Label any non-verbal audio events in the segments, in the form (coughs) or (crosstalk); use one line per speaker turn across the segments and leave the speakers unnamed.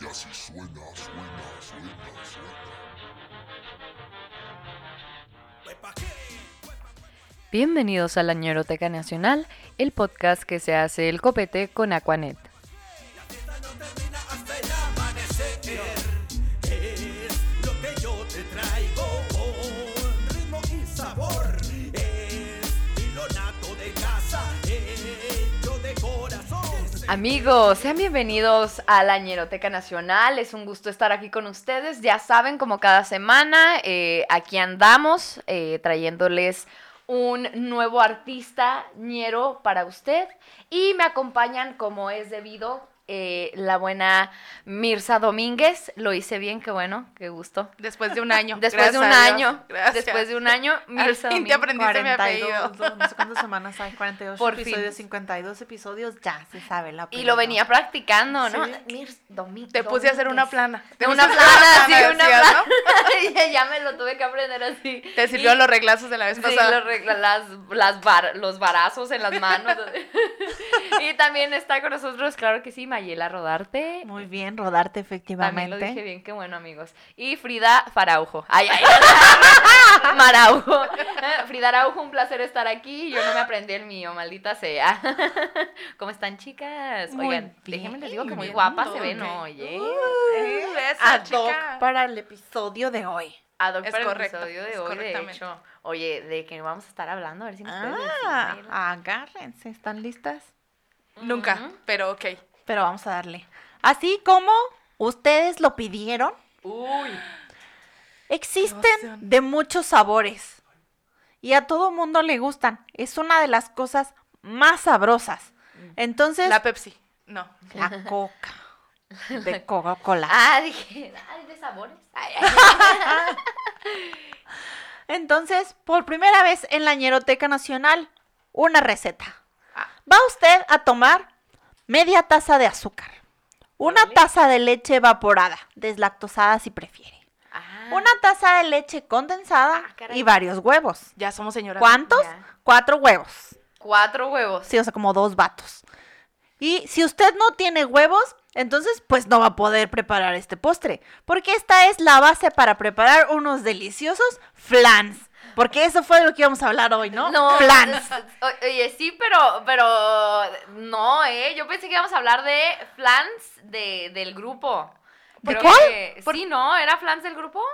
Y así suena, suena, suena, suena.
Bienvenidos a la Ñeroteca Nacional, el podcast que se hace el copete con Aquanet.
Es lo que yo te traigo con ritmo y sabor. Es estilo nato de casa, hecho de corazón.
Amigos, sean bienvenidos a la Ñeroteca Nacional. Es un gusto estar aquí con ustedes. Ya saben, como cada semana, eh, aquí andamos eh, trayéndoles un nuevo artista ñero para usted. Y me acompañan, como es debido, eh, la buena Mirza Domínguez. Lo hice bien, qué bueno, qué gusto.
Después de un año.
(laughs) Después de un
Gracias a Dios.
año,
Gracias.
después de un
(laughs)
año, Mirza
fin te
Domínguez,
aprendiste mi apellido.
dos- no sé cuántas semanas hay, 42
Por
episodios,
fin.
52 episodios, ya se sabe la
Y lo venía practicando, ¿no?
Sí.
Mirza Domínguez. (laughs)
Te puse a hacer una plana. Te
una
puse a hacer
plana, sí, una
decías,
plana.
¿no?
Y ya me lo tuve que aprender así.
Te sirvió
Y-
los reglazos de la vez
sí,
pasada.
los regla- las, las var- los varazos en las manos. y también está con nosotros, claro que sí, Mayela Rodarte.
Muy bien, rodarte
También lo
efectivamente.
dije bien, qué bueno, amigos. Y Frida Faraujo. Ay, ay, Maraujo. Eh, Frida Araujo, un placer estar aquí. Yo no me aprendí el mío, maldita sea. (laughs) ¿Cómo están, chicas?
Muy
Oigan, déjenme les digo que muy
bien,
guapa se ven,
ok.
oye.
Sí, esa
ad hoc
chica.
para el episodio de hoy.
ad hoc
Es
para
correcto,
el episodio de
es
hoy, de
correctamente.
hecho. Oye, de que vamos a estar hablando, a ver si nos puedes
Ah,
decir.
agárrense, ¿están listas?
Nunca,
Ujú.
pero ok.
Pero vamos a darle. Así como ustedes lo pidieron,
Uy.
existen
emoción.
de muchos sabores. Y a todo mundo le gustan. Es una de las cosas más sabrosas.
Mm.
Entonces,
La Pepsi. No.
La
(laughs)
coca. De Coca-Cola.
Ah, (laughs) dije, ay, de sabores. Ay, ay.
Entonces, por primera vez en la Ñeroteca Nacional, una receta.
Ah.
Va usted a tomar media taza de azúcar, una
Órale.
taza de leche evaporada, deslactosada si prefiere,
Ah,
una taza de leche condensada
Ah, caray.
y varios huevos.
Ya somos señoras.
¿Cuántos?
Ya.
Cuatro huevos.
Cuatro huevos.
Sí, o sea, como dos vatos. Y si usted no tiene huevos, entonces pues no va a poder preparar este postre, porque esta es la base para preparar unos deliciosos flans, porque eso fue de lo que íbamos a hablar hoy, ¿no? flans.
es- (laughs) o- Oye, sí, pero, pero no, ¿eh? Yo pensé que íbamos a hablar de flans de, del grupo.
¿De
Creo
cuál?
que- sí, ¿no? ¿Era flans del grupo?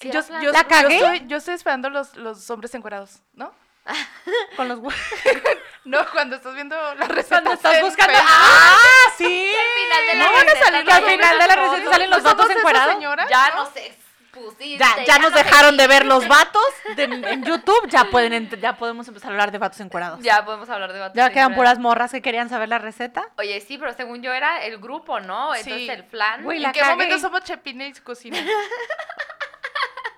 Sí,
Yo,
era flans
yo-
¿La
yo
cagué?
estoy, yo estoy esperando los, los hombres encuerados, ¿no?
(laughs) Con (laughs) los huevos.
No, cuando estás viendo la receta.
Cuando estás
en
buscando.
Facebook.
Ah, sí.
final de la
no van a
receta,
salir
¿no?
al final de la receta salen los
¿No somos
vatos
esas
encuerados.
señoras?
Ya
¿No?
nos expusiste.
Ya, ya nos dejaron de ver los vatos de- en YouTube, ya pueden ent- ya podemos empezar a hablar de vatos encuerados.
Ya podemos hablar de vatos
Ya quedan
encuerados.
puras morras que querían saber la receta.
Oye, sí, pero según yo era el grupo, ¿no?
Sí.
Entonces el flan
Güey,
¿En
la
qué
cagué.
momento somos Chepina y (laughs) cocina?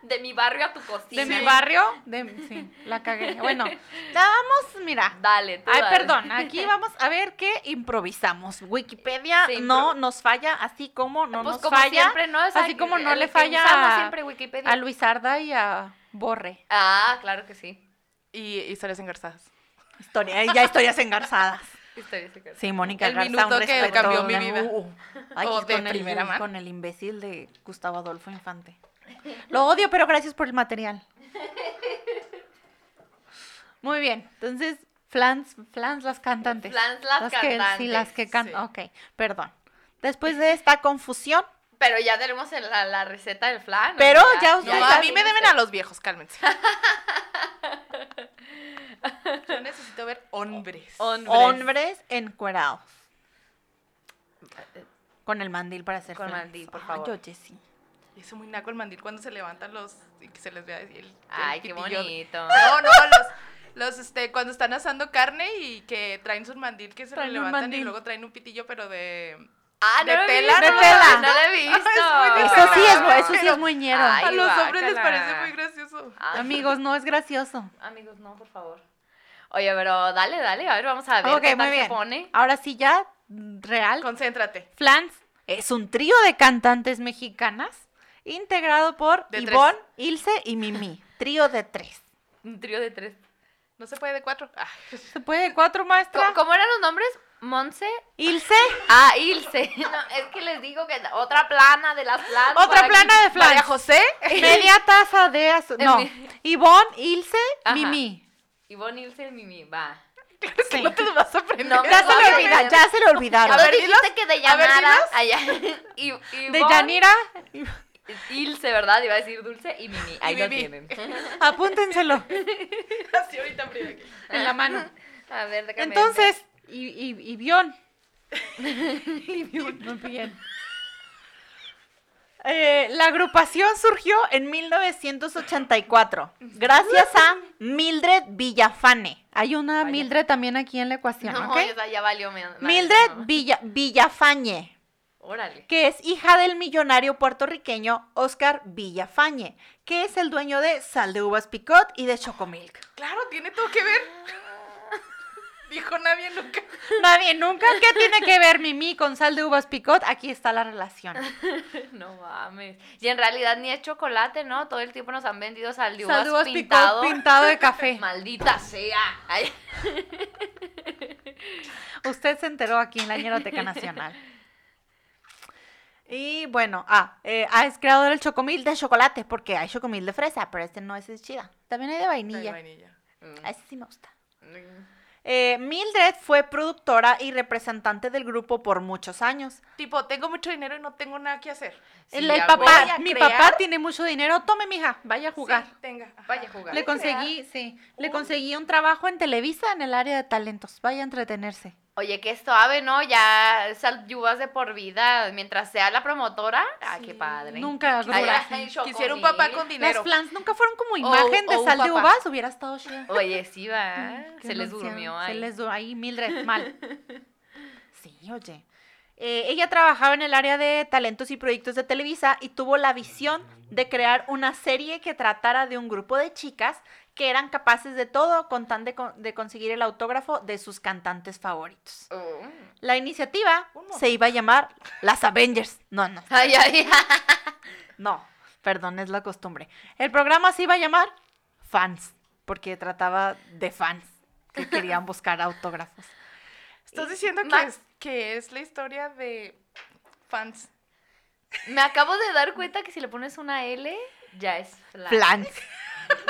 de mi barrio a tu cocina.
de mi barrio. De, sí, la cagué. Bueno, ya vamos, mira.
Dale, tú
Ay,
dale.
perdón, aquí vamos a ver qué improvisamos. Wikipedia
Se impro-
no nos falla, así como
(laughs)
no
Pues
nos
como
falla
siempre, ¿no? O sea,
así como no
el
le
que
falla
usamos
a-
siempre Wikipedia.
a Luis Arda y a Borre.
Ah, claro que sí.
y historias engarzadas.
Historia, ya historias engarzadas.
Historia secreta.
Sí, Mónica
El
Garza,
minuto
un
que
respeto,
cambió mi
una-
vida.
Ay,
O
y
de
con,
primera
el,
mano.
con el imbécil de Gustavo Adolfo Infante. Lo odio, pero gracias por el material. Muy bien, entonces, flans, flans las cantantes.
Flans las
Que,
cantantes,
sí, las que
sí.
cantan. Ok, perdón. Después de esta confusión,
Pero ya tenemos el- la, la receta del flan. ¿no?
Pero ya
No,
ustedes
a
ya
mí me deben a los viejos, cálmense. (laughs) Yo necesito ver hombres.
Hombres.
hombres encuerados. Con el mandil para hacer
Con
flans.
mandil, por
Ay,
favor.
oye, sí.
Eso muy naco el mandil cuando se levantan los y que se les vea el, el
Ay, qué
pitillo.
(laughs)
bonito.
Ah,
No, no, los, los este cuando están asando carne y que traen su mandil que se lo
Traen un
levantan y
mandil.
luego traen un pitillo pero de
Ah, no
De
lo he
tela,
visto,
de
No
tela. (laughs)
lo he
Ah, es
visto.
muy
Eso sí es, bu-
bueno.
eso sí es muy ñero.
Ay,
a los hombres les
guácala.
parece muy gracioso.
Ay,
Amigos, no es gracioso.
ah, Amigos, no, por favor. Oye, pero dale, dale. A ver, vamos a ver
Ok,
qué
muy
tal
bien.
se pone.
Ahora sí ya, mm, real.
Concéntrate.
Flans es un trío de cantantes mexicanas integrado por
De tres.
Ivonne, Ilse y Mimi. Trío de tres.
Un trío de tres.
No se puede de cuatro. Ah,
¿Se puede de cuatro, maestra?
¿Cómo, cómo eran los nombres? Monse.
Ilse,
Ah, Ilse. (laughs) No, es que les digo que otra plana de las planas.
Otra
por aquí.
plana de
María (laughs)
flan.
José.
Media taza de azúcar. No. Ivonne, Ilse,
Ajá.
Mimi.
(laughs) Ivonne, Ilse, Mimi, va.
Sí.
No te lo vas a aprender.
No me
Ya se
voy
le
a
olvida,
aprender.
ya se le olvidaron.
A
ver,
ver, dijiste
dilos.
que de
A ver,
Yanara.
dilos.
allá. (laughs) Y, Ivonne,
De Yanira,
Ilse, ¿verdad? Iba a decir Dulce y Mimi. Ahí lo
Mimi.
tienen.
(laughs) apúntenselo.
Así ahorita abrí aquí.
en la mano.
(laughs) A ver, déjame.
Entonces, y, y,
(laughs)
y Bion. Muy bien. Eh, la agrupación surgió en 1984, gracias a Mildred Villafane. Hay una
Vaya.
Mildred también aquí en la
(laughs)
ecuación,
No,
¿ok?
esa ya valió. me- vale,
Mildred
no.
Villa- Villafañe,
Órale. (laughs)
que es hija del millonario puertorriqueño Oscar Villafañe, que es el dueño de Sal de Uvas Picot y de Chocomilk.
Claro, tiene todo que ver. (laughs) Dijo nadie nunca.
Nadie nunca. ¿Qué tiene que ver Mimi con Sal de Uvas Picot? Aquí está la (laughs) relación.
No mames. Y en realidad ni es chocolate, ¿no? Todo el tiempo nos han vendido
Sal
saldivas
de uvas picot
pintado.
pintado de (laughs) café.
Maldita sea. Ay,
Usted se enteró aquí en la Ñeroteca Nacional. Y bueno, ah, eh, ah, es creador del chocomil de chocolate, porque hay chocomil de fresa, pero este no ese es chida. También hay de vainilla.
Vainilla.
A ese sí me gusta.
mm.
Eh, Mildred fue productora y representante del grupo por muchos años.
Tipo, tengo mucho dinero y no tengo nada que hacer.
Sí,
el,
a
el
huevo.
papá,
a
mi
crear.
papá tiene mucho dinero. Tome, mija, vaya a jugar.
Sí, tenga. Ajá.
Vaya a jugar.
Le conseguí, sí, le conseguí un trabajo en Televisa en el área de talentos. Vaya a entretenerse.
Oye, qué suave, ¿no? Ya saldivas de por vida. Mientras sea la promotora. Ah, qué
Sí.
padre.
Nunca
Ay,
dura.
ay, chocomil.
Quisiera un papá con dinero.
Las flans nunca fueron como
O-
imagen
o
de
un
sal de
papá.
uvas, hubiera estado chida.
Oye, sí va.
Mm, qué
Se les
emoción.
durmió
Se
ahí.
les durmió ahí, Mildred, mal.
(laughs)
Sí, oye. Eh, ella trabajaba en el área de talentos y proyectos de Televisa y tuvo la visión de crear una serie que tratara de un grupo de chicas que eran capaces de todo con tan de, con- de conseguir el autógrafo de sus cantantes favoritos.
Oh.
La iniciativa
¿Cómo?
se iba a llamar Las Avengers. No, no,
Ay, ay, ay.
no, perdón, es la costumbre. El programa se iba a llamar Fans, porque trataba de fans que querían buscar autógrafos.
Estás diciendo
Ma-
que es, que es la historia de fans.
Me acabo de dar cuenta que si le pones una L, ya es flan.
Flans.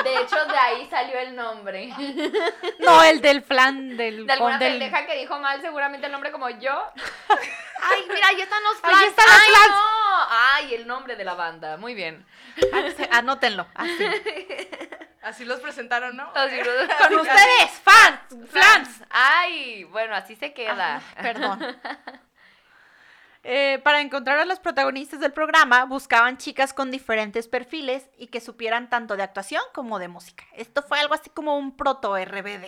De hecho, de ahí salió el nombre.
No, el del flan del...
De alguna
con del-
pendeja que dijo mal seguramente el nombre como yo. Ay, mira, ahí están los
Ahí
flans.
están los
Ay,
flans.
no. Ay, el nombre de la banda. Muy bien.
Ah, sí, Anótenlo, así.
Así los presentaron, ¿no?
Así,
Con ustedes, fans, flans.
Flans. Ay, bueno, así se queda.
Ah, perdón. (laughs) Eh, para encontrar a los protagonistas del programa, buscaban chicas con diferentes perfiles y que supieran tanto de actuación como de música. Esto fue algo así como un proto RBD,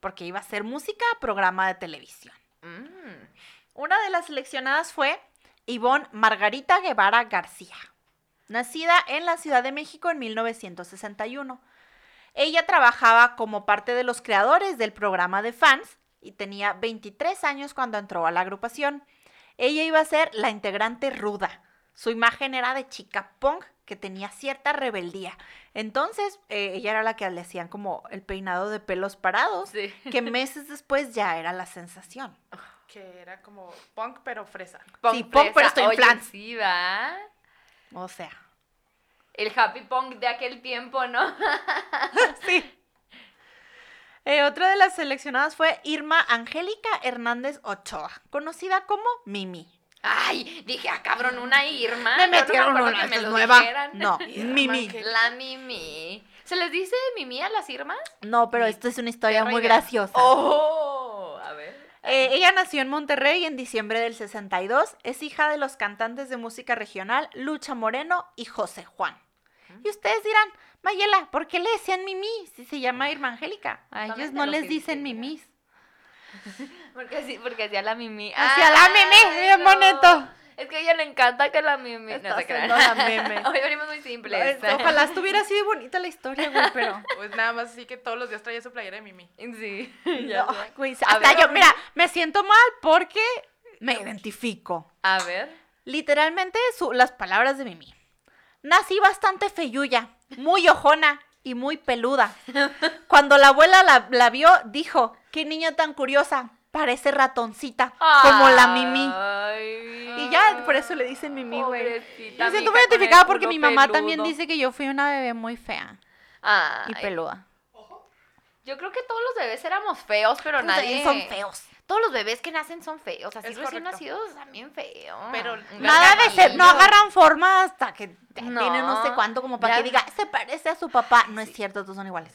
porque iba a ser música a programa de televisión.
Mm.
Una de las seleccionadas fue Ivonne Margarita Guevara García, nacida en la Ciudad de México en 1961. Ella trabajaba como parte de los creadores del programa de fans y tenía 23 años cuando entró a la agrupación. Ella iba a ser la integrante ruda. Su imagen era de chica punk que tenía cierta rebeldía. Entonces, eh, ella era la que le hacían como el peinado de pelos parados,
Sí.
que meses después ya era la sensación.
Que era como punk, pero fresa.
Sí, punk, pero estoy en
Oye,
flans.
Sí, va.
O sea,
El happy punk de aquel tiempo, ¿no? (laughs)
sí. Eh, otra de las seleccionadas fue Irma Angélica Hernández Ochoa, conocida como Mimi.
Ay, dije, ah, cabrón, una Irma.
Me
Yo no
metieron
acuerdo
una,
que me
esa es
lo
nueva.
dijeran.
No,
Irma
Mimi.
Angélica.
(laughs) La Mimi. ¿Se les dice Mimi a las Irmas?
No, pero esto es una historia
Pero
muy
oigan.
graciosa.
Oh, a ver.
Eh, ella nació en Monterrey en diciembre del 62. Es hija de los cantantes de música regional Lucha Moreno y José Juan. Y ustedes dirán, Mayela, ¿por qué le decían Mimi si se llama Irma Angélica? A ellos
Exactamente
no
lo
les
que dicen,
dicen
¿verdad?
Mimis.
Porque así, porque hacía la Mimi. Ah,
Hacía la Mimi,
Ay,
bien bonito.
Es que a ella le encanta que la Mimi.
Está
no se crean.
haciendo la
(laughs)
meme.
Hoy venimos muy simples.
Eh, Ojalá estuviera así de bonita la historia, güey, pero...
Pues nada más así que todos los días traía su playera de (laughs) Mimi.
(laughs)
(laughs)
Sí.
No,
(laughs) ya sé.
güey,
A
hasta
ver.
yo, mira, me siento mal porque me identifico.
A ver.
Literalmente su- las palabras de Mimi. Nací bastante feyuya, muy ojona
(laughs)
y muy peluda. Cuando la abuela la, la vio, dijo, qué niña tan curiosa. parece ratoncita, como la Mimi.
Ay,
Y ya, por eso le dicen Mimi, güey.
pobrecita
Me
mija
siento muy
con el
identificada porque
culo
mi mamá
peludo.
también dice que yo fui una bebé muy fea y
Ay,
peluda.
Yo creo que todos los bebés éramos feos, pero
Pues,
nadie.
eh, Son feos.
Todos los bebés que nacen son feos. Así
Es
recién
correcto.
nacidos también feos.
Pero
Nada de ser, no
Gatillo.
agarran forma hasta que te-
No.
tienen no sé cuánto, como para
Ya.
que diga, se parece a su papá. No es cierto, todos son iguales.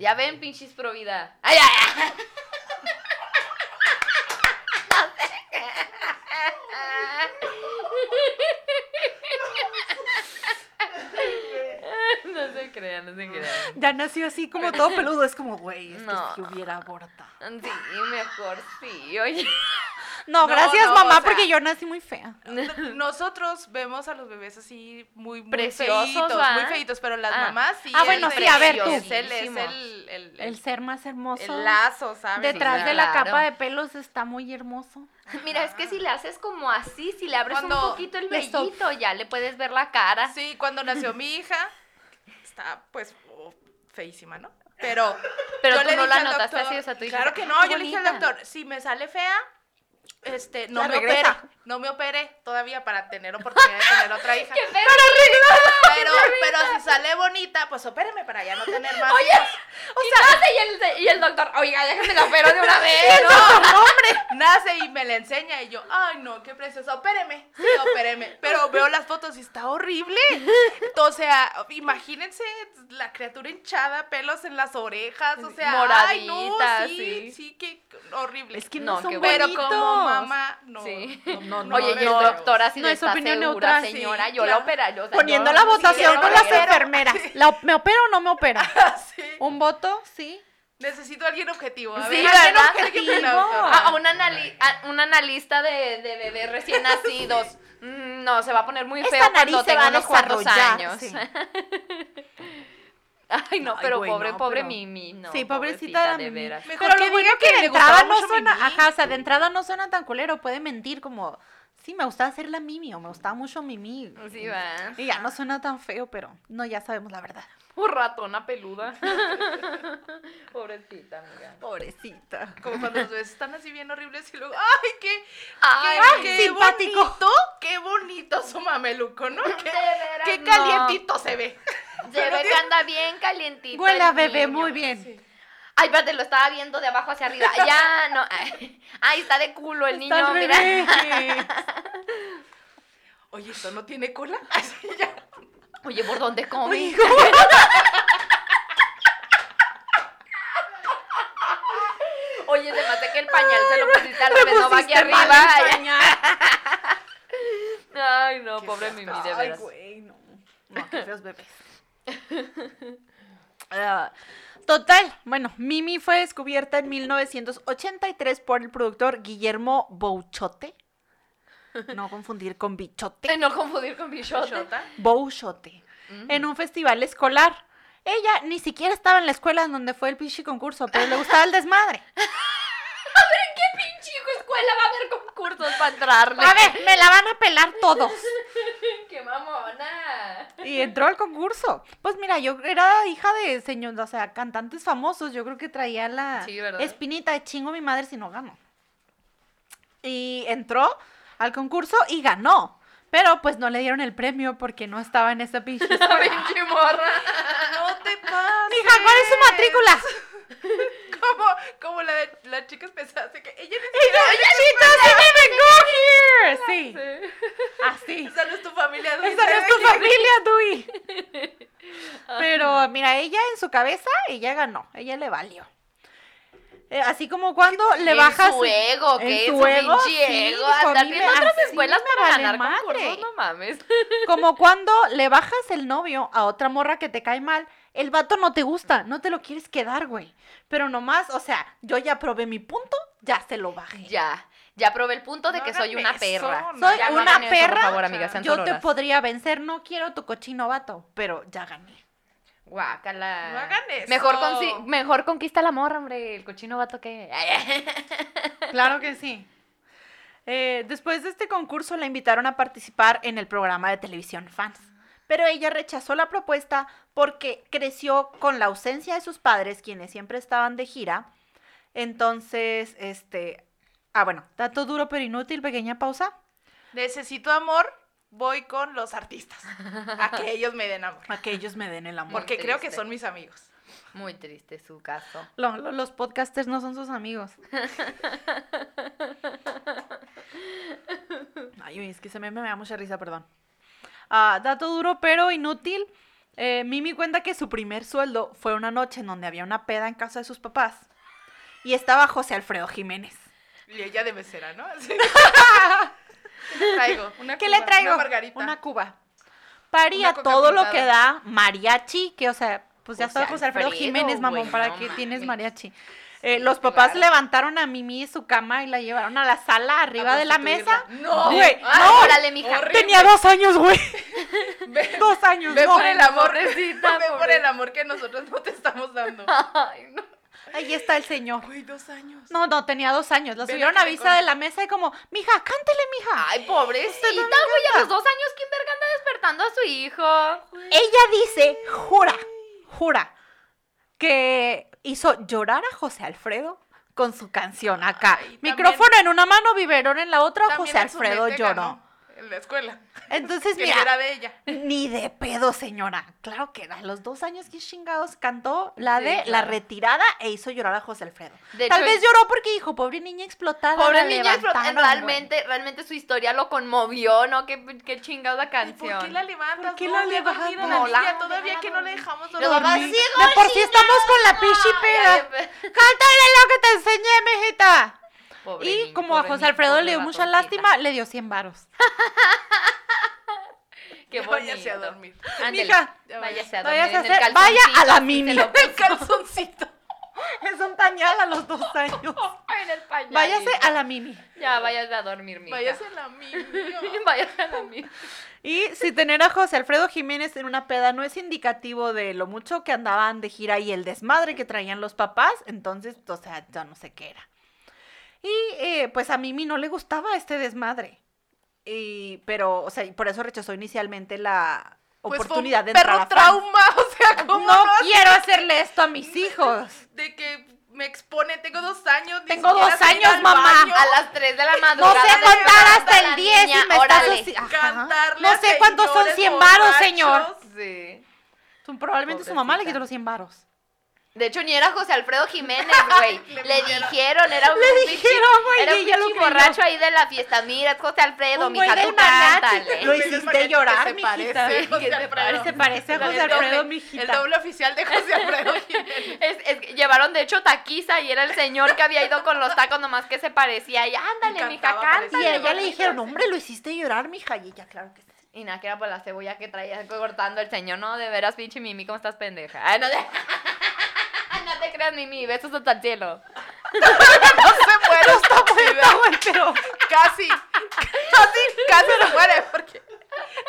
Ya ven, pinches pro vida. Ay, ay, (laughs) ay. No se crean, no se crean.
Ya nació así como todo peludo, es como, güey,
es que No. si
hubiera abortado.
Sí, mejor sí, oye.
No,
No,
gracias
no,
mamá,
o sea-
porque yo nací muy fea.
Nosotros vemos a los bebés así muy, muy
Preciosos,
feitos,
¿va?
muy feitos, pero las
Ah.
mamás sí.
Ah, bueno,
es
sí,
el-
a ver, tú.
Es el, es el,
Bellísimos.
el, el-
El ser más hermoso.
el lazo, ¿sabes?
Detrás
Sí,
de la
claro.
capa de pelos está muy hermoso.
(laughs) Mira, es que si le haces como así, si le abres un
Cuando
poquito el
le sop-
vellito, ya le puedes ver la cara.
Sí, cuando nació mi hija, está pues oh, feísima, ¿no? Pero,
Pero
yo
tú
le
no
dije
la
al
notaste
doctor-
así, o sea, tú dijiste,
Claro que no,
"Ah, qué
yo le dije al
bonita".
doctor, si me sale fea, este, no
La
me
regresa.
opere, no me opere todavía para tener oportunidad de tener otra
(laughs)
hija.
¡Qué feo!
Pero, pero si sale bonita, pues opéreme para ya no tener
(laughs)
más
Oye,
hijos.
O sea, y el, y el doctor, oiga, déjame la pero de
(laughs)
una vez. (laughs) ¿no?
Nace y me la enseña y yo, ay no, qué preciosa, opéreme, sí, opéreme. Pero veo las fotos y está horrible. O sea, imagínense la criatura hinchada, pelos en las orejas, o sea, ay no,
Moradita,
sí,
sí.
sí, qué horrible.
Es que
no
no,
No, son
son
qué
pero
bueno.
bonitos.
como mamá, no.
Sí.
no, no,
Oye, y el
no,
doctor así
No
de,
es
"¿Está
opinión
segura,
neutral, sí,
señora, yo la
claro.
operaría. o sea,
Poniendo
yo
la
sí
votación
quiero
con las
operaría".
enfermeras.
(laughs)
La op- ¿Me opero o no me opero?
Sí.
¿Un voto? Sí.
Necesito a alguien objetivo. A
Sí,
ver, alguien
¿verdad?
objetivo,
Objetivo.
doctor.
Ah,
A, a Ah, un, anali- a un analista de, de bebés
(laughs)
recién nacidos. Mm, No, se va a poner muy feo
Esta nariz
cuando
se va
tenga
a
unos cuantos
desarrollar.
años.
sí.
(laughs) Ay, no,
Ay,
pero
güey,
pobre,
no,
pobre
pero-
Mimi, no.
sí, pobrecita de
de
Mimi.
veras.
Mejor
Pero
que
lo bueno
diga
que,
que
de
le gustaba
entrada no
mucho
suena,
Mimi.
ajá, o sea, de entrada no suena tan culero, puede mentir como, sí, me gustaba hacer la Mimi o me gustaba mucho Mimi.
Pues Sí,
(laughs)
va.
Y ya no suena tan feo, pero no, ya sabemos la verdad.
Un ratona peluda. (laughs) Pobrecita, amiga.
Pobrecita.
Como cuando los ves están así bien horribles y luego, ay, qué,
Ay,
qué-
qué
qué,
simpático.
bonito, qué bonito su mameluco,
(laughs)
¿no? Qué,
veras,
qué
no.
calientito se ve.
Se ve que anda bien calientito.
Huele a
el
bebé
niño.
muy bien.
Ay, espérate, lo estaba viendo de abajo hacia arriba. Ya, no. (laughs) Ay, ay, está de culo el
Está
niño,
al
mira.
revés.
Oye, ¿esto no tiene (laughs) cola? Así ya.
Oye, ¿por dónde come?
Oye,
Oye, se me hace que el pañal (laughs) se lo pusiste al
me
revés, no va aquí
pusiste mal
(laughs)
el
arriba. Ay, no,
Qué
pobre
feo.
Mimi, de
Ay,
veras.
güey, no. No, qué feos bebés. (laughs) Ah, total, bueno, Mimi fue descubierta en 1983 por el productor Guillermo Bouchote. No confundir con Bichote.
Ay, no confundir con Bichota.
Chota.
Bouchote. En un festival escolar. Ella ni siquiera estaba en la escuela en donde fue el pinche concurso, pero le gustaba el desmadre.
¿Qué (laughs) pinche hijo escuela va a haber concursos para entrarle? (laughs)
A ver, (laughs) me la van a pelar todos.
¡Qué mamona!
Y entró al concurso. Pues mira, yo era hija de señor, o sea, cantantes famosos. Yo creo que traía la
Sí, ¿verdad?
espinita de chingo a mi madre si no gano. Y entró al concurso y ganó. Pero pues no le dieron el premio porque no estaba en
(laughs)
esa pinche. escuela.
(laughs) ¡Pinche morra!
No
(laughs)
te pases.
Hija, ¿cuál es
(laughs)
su matrícula?
Como, como la de las chicas pensadas de que ella ni
Y yo,
siquiera-
"Chita, sí me vengo here". Ah, Sí, así.
Esa no es tu familia.
Esa no es tu
Dulce.
familia, Dui. Pero mira, ella en su cabeza, ella ganó, ella le valió. Eh, así como cuando le
En
bajas
su ego,
en
que
su
es un
ego,
pinche
sí,
ego.
hijo, a
Andar
mí
viendo
me-
otras
sí,
escuelas
me
para
vale
ganar
madre.
concursos, no mames. (laughs)
como cuando le bajas el novio a otra morra que te cae mal, el vato no te gusta, no te lo quieres quedar, güey. Pero nomás, o sea, yo ya probé mi punto, ya se lo bajé.
Ya, ya probé el punto de
No
que soy
hagan
una
eso,
perra.
no,
Soy
Ya no
una
hagan eso,
perra,
Por favor, amigas, sean
Yo te
sororas.
podría vencer, no quiero tu cochino vato, pero ya gané.
Guácala.
No hagan eso.
Mejor, consi- mejor conquista la morra, hombre. El cochino vato que. (laughs)
Claro que sí. Eh, después de este concurso la invitaron a participar en el programa de televisión Fans, pero ella rechazó la propuesta porque creció con la ausencia de sus padres, quienes siempre estaban de gira. Entonces, este, Ah, bueno, dato duro pero inútil, pequeña pausa.
Necesito amor, voy con los artistas. A que ellos me den amor.
A que ellos me den el amor.
Porque creo que
triste.
son mis amigos.
Muy triste su caso.
(laughs) Lo- lo- los podcasters no son sus amigos. (laughs) Ay, uy, es que se me, me da mucha risa, perdón. Ah, dato duro pero inútil. Eh, Mimi cuenta que su primer sueldo fue una noche en donde había una peda en casa de sus papás. Y estaba José Alfredo Jiménez.
Y ella de mesera,
(laughs)
¿no? Así. ¿Qué traigo? Una
¿Qué
cuba,
le traigo?
Una margarita. Ah,
Una Cuba. Paría
Una coca
todo lo
pintada.
que da mariachi, que o sea, pues ya
José
sabes José Alfredo
Alfredo,
Jiménez, mamón,
güey,
¿para
no
qué tienes
mames.
mariachi? Eh,
Sí,
los papás
claro.
levantaron a Mimi de su cama y la llevaron a la sala arriba de la mesa.
prostituirla. pues ¡No!
Güey,
Ay,
no.
órale, mija.
Horrible.
Tenía dos años, güey. (laughs)
Ve,
Dos años,
ve
no.
por el amor. (laughs) Ve
pobrecita,
por el amor que nosotros no te estamos dando.
(laughs)
Ay, no.
Ahí está el señor.
Güey, dos años.
Ah. No, no, tenía dos años. La
Ven
subieron
aquí,
a
te
vista
corro.
de la mesa y como, mija, cántele, mija.
Ay, pobrecita,
Usted este, no
güey,
me
a
encanta.
los dos años, ¿quién verga anda despertando a su hijo?
Ella dice, jura, jura, que hizo llorar a José Alfredo con su canción acá.
Ay, también-
Micrófono en una mano, biberón en la otra,
También
José
en su
Alfredo
este
mente
lloró.
ganó En la escuela.
Entonces,
Que no era
mira,
de ella.
ni de pedo, señora. Claro que a los dos años que chingados cantó la
Sí,
de La
claro.
Retirada e hizo llorar a José Alfredo.
De
Tal
hecho,
vez
es-
lloró porque dijo, pobre niña explotada.
Pobre
la
niña, pero
levantaron, güey".
realmente, realmente su historia lo conmovió, ¿no? Qué, qué chingada
¿Y ¿Por qué
canción.
la levantas?
¿Por qué
No,
la
ve a dormir a la
levantas?
Déjala
niña todavía que no le
dormir.
dejamos
Pero mamá,
dormir.
sí,
De por sí estamos con la pichi peda. Cántale lo que te enseñé, mijita.
Pobre
Y
niño,
como a
pobre
José
niño,
Alfredo
pobre
le dio mucha
ratoncita.
lástima, le dio 100 varos.
Qué
Ya váyase a
bonito.
dormir.
Ándele,
Mija,
váyase a dormir.
váyase a
en el
hacer- vaya a la
calzoncito,
mimi.
se lo
El
puso
(laughs)
calzoncito.
Es un pañal a los dos años.
en el pañal,
Váyase
mija.
a la mimi.
Ya, váyase a dormir, mija. (laughs)
Váyase a la
(laughs)
mía. Pues
Váyase a la mimi.
Y si tener a José Alfredo Jiménez en una peda no es indicativo de lo mucho que andaban de gira y el desmadre que traían los papás, entonces, o sea, ya no sé qué era. Y eh, pues a Mimi no le gustaba este desmadre. Y, pero, o sea, y por eso rechazó inicialmente la
Pues fue un
oportunidad de entrar
perro
a Fans.
trauma, (laughs) o sea, ¿cómo
No
no?
quiero hacerle esto a mis hijos.
De que me expone, tengo dos años. ni
Tengo
siquiera
dos
sé ir
años,
al
mamá.
baño,
A las 3 de la
No
madrugada.
sé
le
contar
levanta
hasta
la
el
niña,
10 y me estás
órale.
así- Ajá.
Cantarle
No sé
a
cuántos son
señores
100 varos, señor.
borrachos.
Sí.
Tú, Probablemente su mamá le
Pobrecita.
quitó los 100 varos.
De hecho, ni era José Alfredo
(laughs)
Jiménez, güey.
Le
le
dijeron.
dijeron, era un
Le
pinche-
dijeron, güey,
Era
y
un
ella lo
pinche
creyó.
borracho ahí de la fiesta. Mira, es José Alfredo,
Un güey
mija,
del
tú
mariachi.
cántale.
Lo
Ese
hiciste
mariachi que
llorar,
se
mijita.
parece a
Sí,
José
que se
Alfredo.
Se parece a
El
José
doble-
Alfredo,
El
mijita.
doble oficial de José (laughs) Alfredo Jiménez.
Es, es que llevaron de hecho taquiza y era el señor que había ido con los tacos nomás que se parecía y ándale,
Y
mija,
cantaba,
Y
cántale.
parecía.
a ella
mamita".
le dijeron, hombre, lo hiciste llorar, mija. Y ella, claro que (laughs) sí.
Y nada, que era por la cebolla que traía cortando el señor. No, de veras, pinche Mimi, ¿cómo estás pendeja? Ay, no, te... (laughs) no te creas, Mimi, besos hasta el cielo.
No se muere.
Está muerta, güey, Ah, pero...
Casi. Casi, casi se muere. Porque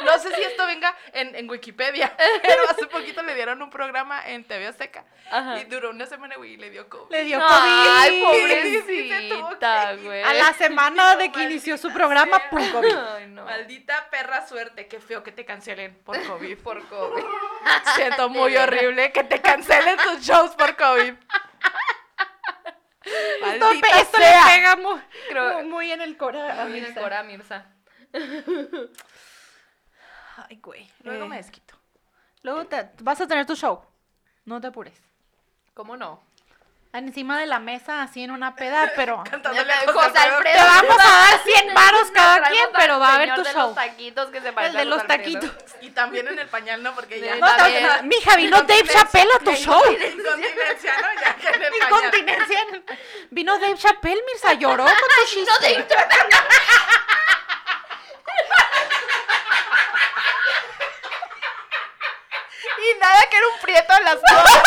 no sé si esto venga en, en Wikipedia. Pero hace poquito le dieron un programa en TV Azteca.
Ajá.
Y duró una semana, güey, y le dio COVID.
Le dio
Ay,
COVID.
Sí, se tuvo
pobrecita,
que ir.
güey.
A la semana de que
Maldita
inició su programa,
sea.
pum, COVID.
Ay, no.
Maldita perra suerte. Qué feo que te cancelen por COVID.
Por
(laughs)
COVID.
Siento muy horrible que te cancelen tus shows por (laughs) COVID.
Esto,
Maldita
pe- esto le
sea.
pega mu-
Creo-
mu- muy en el corazón.
Mira, Cora Mirza.
Ay, güey.
Luego me
Eh,
desquito.
luego te- vas a tener tu show. No te apures.
¿Cómo no?
Encima de la mesa, así en una peda, pero...
Cantándole
José
a José
Alfredo.
Te
Alfredo.
vamos a dar 100 varos cada
Traemos
quien,
al
pero va a haber
señor
tu
de
show.
los taquitos que se
El
parece a
de los
José Alfredo.
taquitos.
Y también en el pañal, ¿no? Porque ya.
No,
No,
también.
también. Mija, vino Dave
Incontinencia,
Chappelle a tu show.
Incontinencia, ¿no? Ya que en el pañal.
Incontinencia. (laughs) Vino Dave Chappelle, Mirza, lloró
(laughs)
con tu chiste.
(laughs) No te
Y nada que era un prieto en
(laughs)
las dos.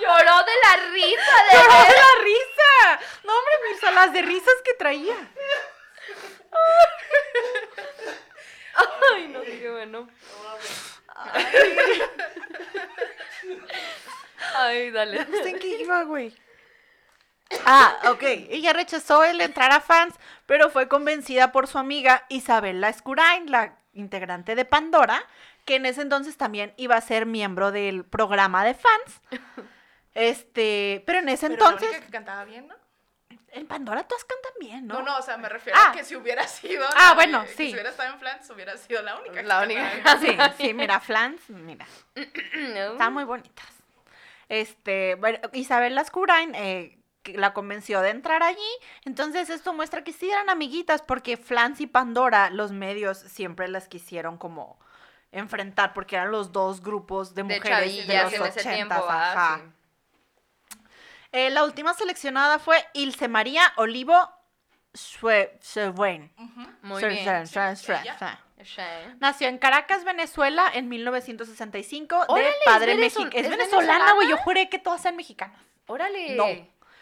Lloró de la risa de
Lloró de la risa. No, hombre, Mirza, las de risas que traía.
Ay, no, qué bueno. Ay, dale.
No sé en qué iba, güey. Ah, ok. Ella rechazó el entrar a fans, pero fue convencida por su amiga Isabela Escurain, la integrante de Pandora, que en ese entonces también iba a ser miembro del programa de fans. Este, pero en ese
Pero la
entonces.
única que cantaba bien, ¿no?
En Pandora todas cantan bien, ¿no?
No, no, o sea, me refiero
Ah.
a que si hubiera sido.
Ah,
la-
bueno,
que
sí.
Si hubiera estado en Flans, hubiera sido la única. que
La
cantaba
única.
en Flans.
Ah, Sí, sí, mira, Flans, mira. Están muy bonitas. Este, bueno, Isabel Lascurain eh, que la convenció de entrar allí. Entonces, esto muestra que sí eran amiguitas, porque Flans y Pandora, los medios siempre las quisieron como enfrentar, porque eran los dos grupos
de
de mujeres de,
chavillas
los
en ese tiempo,
ochentas,
¿verdad?
ajá.
Sí.
Eh, la última seleccionada fue Ilse María Olivo Schwe- Schwein.
Ujú.
Muy
Schwe-
bien.
Schwe- Schwe-
sí,
Schwe-
ella.
Schwe-
Sí.
Nació en Caracas, Venezuela, en 1965,
Órale,
de
es
padre
venezol-
mexicano. Es,
¿es
venezolana, güey, yo juré que todas sean mexicanas.
Órale.
No.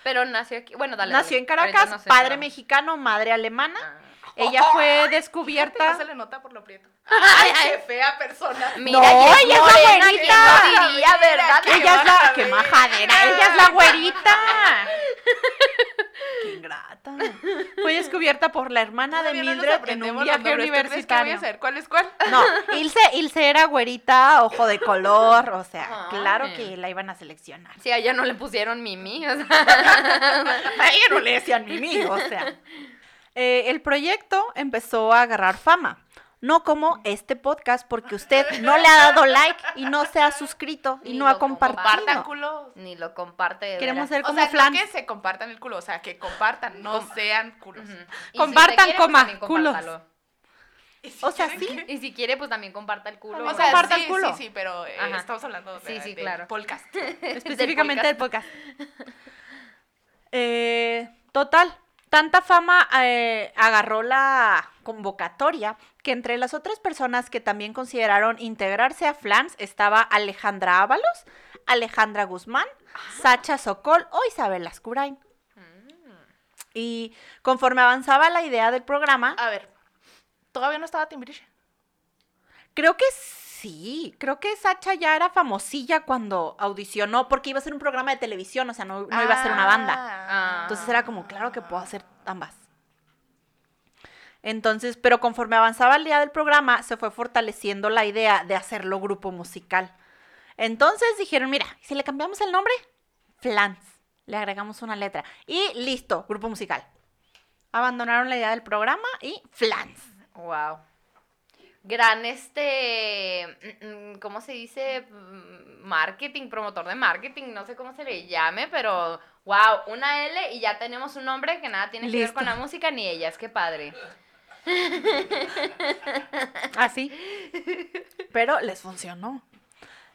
Pero nació aquí. Bueno, dale.
Nació
dale.
en
Ahorita
Caracas,
nos
padre
enteramos.
mexicano, madre alemana.
(laughs) Ah.
Ella fue
No se
descubierta.
le nota por lo prieto. (laughs) ¡Ay, qué fea persona!
Mira,
No,
que es
ella es
morena, que
güerita.
no diría, ¿verdad?
Qué
Ella es la
bárbara,
que
güey.
majadera, ella es la güerita. Qué ingrata. Fue descubierta por la hermana de
Todavía no nos
Mildred en un
aprendemos los nombres.
viaje
¿Tú crees que voy
universitario.
a saber ¿Cuál es cuál?
No, Ilse, Ilse era güerita, ojo de color, o sea,
Ah,
claro
bien.
que la iban a seleccionar.
Sí, a ella no le pusieron Mimi. O sea,
(laughs) A ella no le decían Mimi, o sea. (laughs) Eh, el proyecto empezó a agarrar fama. No como este podcast, porque usted no le ha dado like y no se ha suscrito (laughs) y
Ni
no ha
lo compartido.
Compartan
compartido.
culos.
ni lo comparte. de veras.
Queremos ser
O
como
sea,
Flans.
no que se compartan el culo, o sea, que compartan, no sean culos.
Ujú. Y si usted
Compartan,
quiere, pues,
coma,
también compártalo.
Y (laughs) si
O sea, (laughs)
quieren
sí.
Y si quiere, pues también comparta el culo.
O
También
¿verdad?
sea,
comparta
sí,
el culo.
sí, sí, pero eh,
Ajá.
estamos hablando de,
Sí, sí,
del
claro.
podcast.
Específicamente (laughs) del podcast. Eh, total, tanta fama eh, agarró la convocatoria que entre las otras personas que también consideraron integrarse a Flans estaba Alejandra Ábalos, Alejandra Guzmán, Sacha Sokol o Isabel Ascurain. Mm. Y conforme avanzaba la idea del programa,
A ver, todavía no estaba Timbiriche.
Creo que sí, creo que Sacha ya era famosilla cuando audicionó, porque iba a ser un programa de televisión, o sea, no, no iba a ser una banda.
Ah.
Entonces era como, claro que puedo hacer ambas. Entonces, pero conforme avanzaba el día del programa, se fue fortaleciendo la idea de hacerlo grupo musical. Entonces dijeron, mira, si le cambiamos el nombre, Flans, le agregamos una letra. Y listo, grupo musical. Abandonaron la idea del programa y Flans.
Wow. Gran este, mm, mm, ¿cómo se dice? Mm, Marketing, promotor de marketing, no sé cómo se le llame, pero wow, una L y ya tenemos un nombre que nada tiene que ver
Listo.
con la música ni ellas, qué padre.
Así. Ah, Pero les funcionó.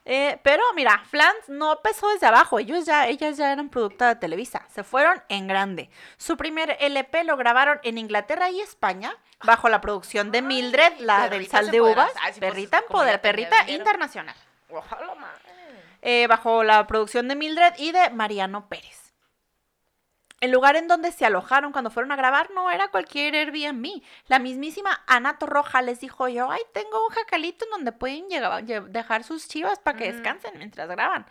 Eh, pero mira, Flans no empezó desde abajo, ellos ya, ellas ya eran producta de Televisa, se fueron en grande. Su primer LP lo grabaron en Inglaterra y España, bajo la producción de Mildred, la del
Perritas
Sal de Uvas,
Empoderadas. Ah, sí, pues,
Perrita
como ya
Empoder,
tenía
Perrita
dinero.
Internacional,
Ojalá, madre.
eh, bajo la producción de Mildred y de Mariano Pérez. El lugar en donde se alojaron cuando fueron a grabar no era cualquier Airbnb. La mismísima Ana Torroja les dijo yo, ay, tengo un jacalito en donde pueden llega- lle- dejar sus chivas para que
Ujú.
descansen mientras graban.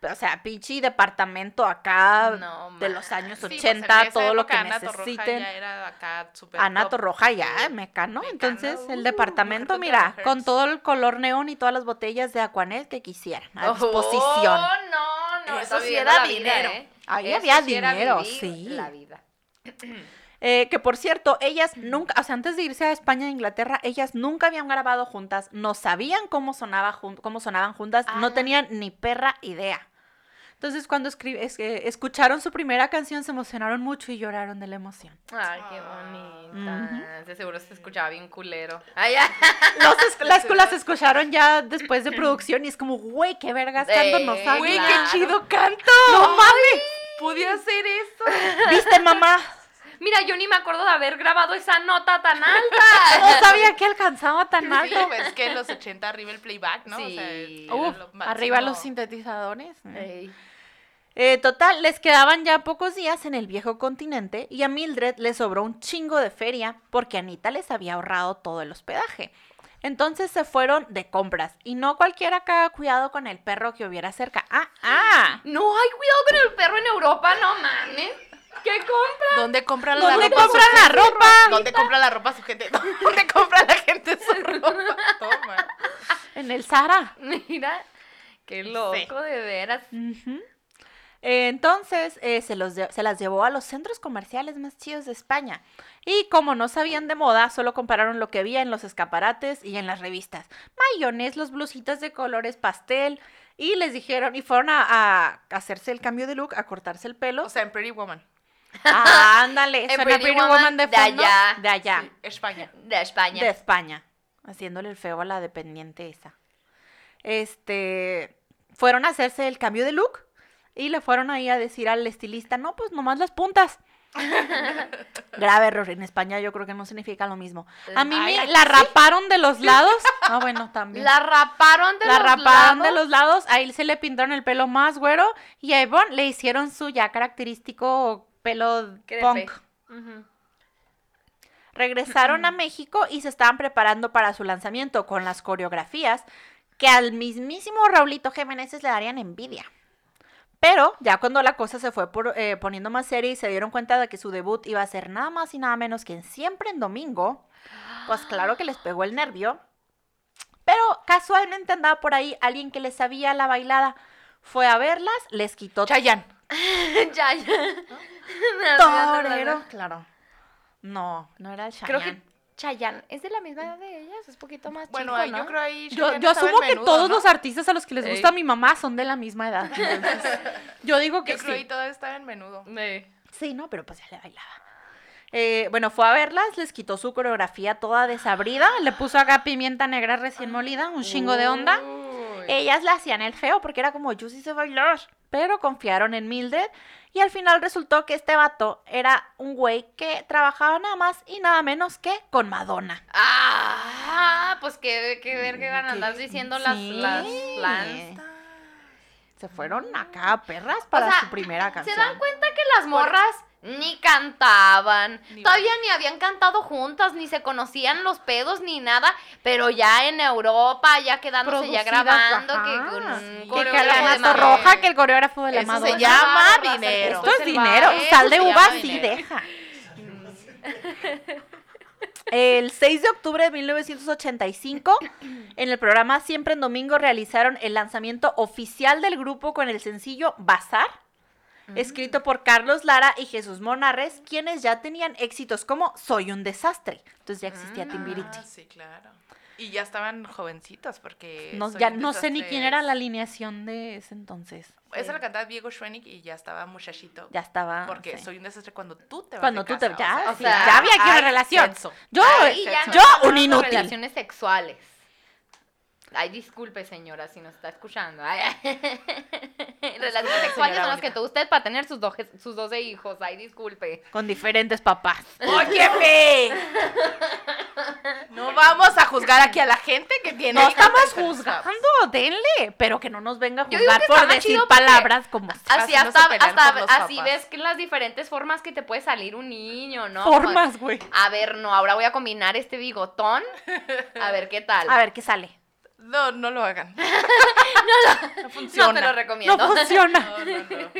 O sea, pinche departamento acá
No,
Ah, de
ma.
los años
Sí, pues,
80,
en esa
todo lo que
época Ana Torroja
necesiten.
ya era acá súper
Ana
top.
Torroja ya,
Sí.
mecano.
Mecano,
Entonces, el
uh,
departamento,
mujer
mira,
contra
con
mujeres.
todo el color neón y todas las botellas de Aquanet que quisieran a
Oh,
disposición.
no, no,
Eso
está
sí
viviendo
era
la vida,
dinero.
¿eh?
Ahí
Eso
había
era
dinero,
vivir
sí.
La vida.
Eh, que por cierto, ellas nunca, o sea, antes de irse a España e Inglaterra, ellas nunca habían grabado juntas, no sabían cómo, sonaba jun- cómo sonaban juntas, no
Ah.
tenían ni perra idea. Entonces, cuando escri- es- eh, escucharon su primera canción, se emocionaron mucho y lloraron de la emoción.
Ay, qué
Ah.
bonita. De seguro se escuchaba bien culero. Ay, ay.
Los
(laughs)
esc- las, las escucharon ya después de producción y es como, güey, qué vergas canto nos
Eh,
habla".
Güey,
Claro.
qué chido canto.
¡No mames!
Pude hacer eso.
¿Viste, mamá?
Mira, yo ni me acuerdo de haber grabado esa nota tan alta.
(laughs)
No sabía que alcanzaba tan
(laughs) Sí,
alto.
pues, que en los 80 arriba el playback, ¿no? O sea,
Sí.
era
Uf,
lo máximo.
arriba los sintetizadores. Mm.
Ey.
Eh, total, les quedaban ya pocos días en el viejo continente y a Mildred le sobró un chingo de feria porque Anita les había ahorrado todo el hospedaje. Entonces se fueron de compras y no cualquiera que haga cuidado con el perro que hubiera cerca. Ah, ah.
No hay cuidado con el perro en Europa, no mames. ¿Qué compra?
¿Dónde compra la
¿Dónde
ropa?
compran la ropa?
¿Dónde compra la ropa su
(laughs)
gente? ¿Dónde compra la gente su ropa? (laughs) Toma.
En el Sara.
Mira, qué loco de veras.
Eh, Entonces eh, se, los lle- se las llevó a los centros comerciales más chidos de España. Y como no sabían de moda, solo compararon lo que había en los escaparates y en las revistas. Mayones, los blusitas de colores pastel. Y les dijeron, y fueron a, a hacerse el cambio de look, a cortarse el pelo.
(laughs)
O sea, en Pretty Woman.
Ah, ándale,
En
suena
Pretty
Pretty
Woman
Woman de
de
fondo,
allá.
De allá.
Sí, España.
De España.
De España. Haciéndole el feo a la dependiente esa. Este. Fueron a hacerse el cambio de look. Y le fueron ahí a decir al estilista, no, pues nomás
(laughs)
las puntas. Grave error. En España yo creo que no significa lo mismo. A mí
Ay,
me-
aquí
la
sí.
raparon
(laughs)
de los lados. Ah, bueno, también.
La raparon de
La
los
raparon de
lados.
los lados, ahí se le pintaron el pelo más güero y a Yvonne le hicieron su ya característico pelo
Crepe.
punk.
Ujú. (laughs)
Regresaron a México y se estaban preparando para su lanzamiento con las coreografías que al mismísimo Raulito Jiménez le darían envidia. Pero ya cuando la cosa se fue por- eh, poniendo más seria y se dieron cuenta de que su debut iba a ser nada más y nada menos que en siempre en domingo, pues claro que les pegó el nervio. Pero casualmente andaba por ahí alguien que les sabía la bailada. Fue a verlas, les quitó
Chayanne.
ya, ya. (laughs)
torero. Claro. No, no era el
Creo
Chayanne.
que Chayanne es de la misma edad de ellas, es poquito más
Bueno,
chico,
ahí
¿no?
yo creo ahí.
Yo,
Chayanne
yo
estaba en
asumo que
menudo,
todos
¿no?
los artistas a los que les
Ey.
gusta mi mamá son de la misma edad. entonces, yo digo que
Yo creo ahí
sí.
todavía estaba en menudo.
Sí, no, pero pues ya le bailaba. Eh, bueno, fue a verlas, les quitó su coreografía toda desabrida, le puso acá pimienta negra recién molida, un chingo de onda.
Ah, Uy.
Ellas la hacían el feo porque era como, yo sí sé bailar. Pero confiaron en Mildred y al final resultó que este vato era un güey que trabajaba nada más y nada menos que con Madonna.
Ah, pues qué, qué ver que van a andar
Mm, ¿Qué?
diciendo las,
Sí.
las plans.
Se fueron acá perras para
O sea,
su primera canción.
¿Se dan cuenta que las morras ni cantaban?
Ni
todavía ni habían cantado juntas, ni se conocían los pedos, ni nada. Pero ya en Europa, ya quedándose ya
Producidas,
grabando,
ajá.
que con
Sí,
un
que
Que
coreógrafo de
Carlanazo
Madonna.
Roja, que el coreógrafo de la
Eso
Madonna.
se llama
Raza, raza,
dinero.
Esto es
el
dinero.
baile,
Sal de
se
uva
llama
sí
dinero.
deja. El 6 de octubre de 1985, en el programa Siempre en Domingo realizaron el lanzamiento oficial del grupo con el sencillo Bazar, escrito por Carlos Lara y Jesús Monarres, quienes ya tenían éxitos como Soy un desastre. Entonces ya existía
Ah,
Timbiriti.
Ah, sí, claro. Y ya estaban jovencitos porque.
No,
soy
ya
un
no sé ni
desastre
quién era la alineación de ese entonces.
Esa la cantaba Diego Schwenning y ya estaba muchachito.
Ya estaba.
porque
sí.
soy un desastre cuando tú te vas
Cuando
de
tú
casa,
te.
o
Ya,
sea,
sí,
sea,
ya había aquí una
hay
relación.
sexo.
Yo,
Ahí ya no estamos
yo un
hablando de
inútil.
Relaciones sexuales. Ay, disculpe, señora, si nos está escuchando. Ay, (laughs) relaciones sexuales son las
Mónica.
que tuvo usted para tener sus, doje- sus 12 hijos. Ay, disculpe.
Con diferentes (laughs) papás.
¡Óyeme! No vamos a juzgar aquí a la gente que tiene.
No
hijos
estamos
tan
juzgando,
casados.
denle. Pero que no nos venga a
Yo digo
juzgar
que está
por
más
decir
chido porque-
palabras como.
Así,
Así no
Ah, hasta,
se pelean
hasta
por los
así
papás.
ves que las diferentes formas que te puede salir un niño, ¿no? Pues, Como-
(laughs) Formas, güey.
a ver, no, ahora voy a combinar este bigotón. (laughs) A ver qué tal.
A ver qué sale.
No, no
(laughs)
lo hagan. no
no pues, te
funciona.
lo recomiendo.
No funciona.
No, no, no.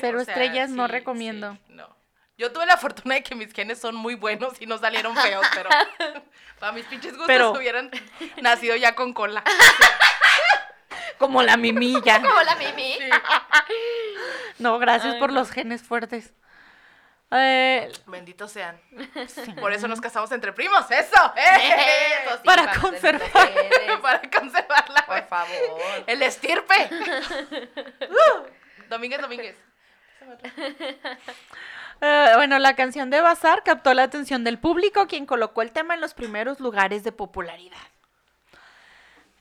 Cero
O sea,
estrellas, no
sí,
recomiendo.
sí, no. Yo tuve la fortuna de que mis genes son muy buenos y no salieron feos, pero
(laughs)
para mis pinches gustos
Pero-
hubieran nacido ya con cola.
Como
(laughs)
la
(laughs)
mimilla.
Como la mimi.
Sí.
No, gracias
Ay,
por
no.
los genes fuertes. Eh,
Benditos sean. Por eso nos casamos entre primos, eso. ¡eh!
Eso sí,
Para
para
conservar.
conservar.
Para conservar la
Por favor.
El estirpe.
(laughs)
Uh, Domínguez Domínguez.
Eh, bueno, la canción de Bazar captó la atención del público, quien colocó el tema en los primeros lugares de popularidad.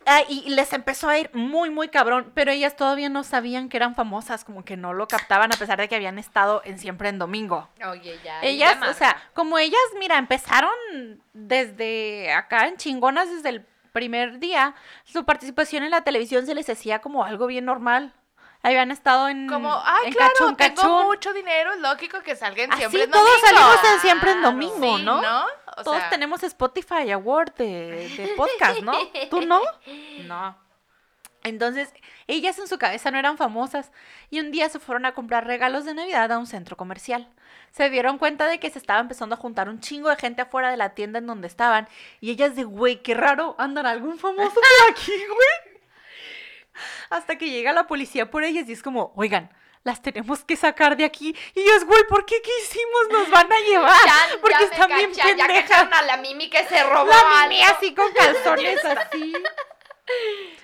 Ah, y y les empezó a ir muy, muy cabrón, pero ellas todavía no sabían que eran famosas, como que no lo captaban a pesar de que habían estado en Siempre en Domingo.
Oye, ya. ahí
Ellas,
ya
o sea, como ellas, mira, empezaron desde acá en chingonas desde el primer día, su participación en la televisión se les hacía como algo bien normal. Habían estado en
Como, ah,
Mm, en
claro,
Cachún,
tengo
Cachún.
mucho dinero, es lógico que salgan
Así
siempre en
todos
domingo.
salimos en siempre en
Claro.
domingo,
Sí,
¿no?
O
todos
sea,
tenemos Spotify Award de,
(laughs)
de podcast, ¿no? ¿Tú no? No. Entonces, ellas en su cabeza no eran famosas y un día se fueron a comprar regalos de Navidad a un centro comercial. Se dieron cuenta de que se estaba empezando a juntar un chingo de gente afuera de la tienda en donde estaban y ellas de, güey, qué raro, andan algún famoso (laughs) por aquí, güey. Hasta que llega la policía por ellas y es como, oigan, las tenemos que sacar de aquí. Y yo es, güey, ¿por qué qué hicimos? Nos van a llevar.
Chan,
Porque
ya me
están bien
cachan, ya
pendejas.
cacharon a la Mimi que se robó
La
algo.
mimi así con calzones así.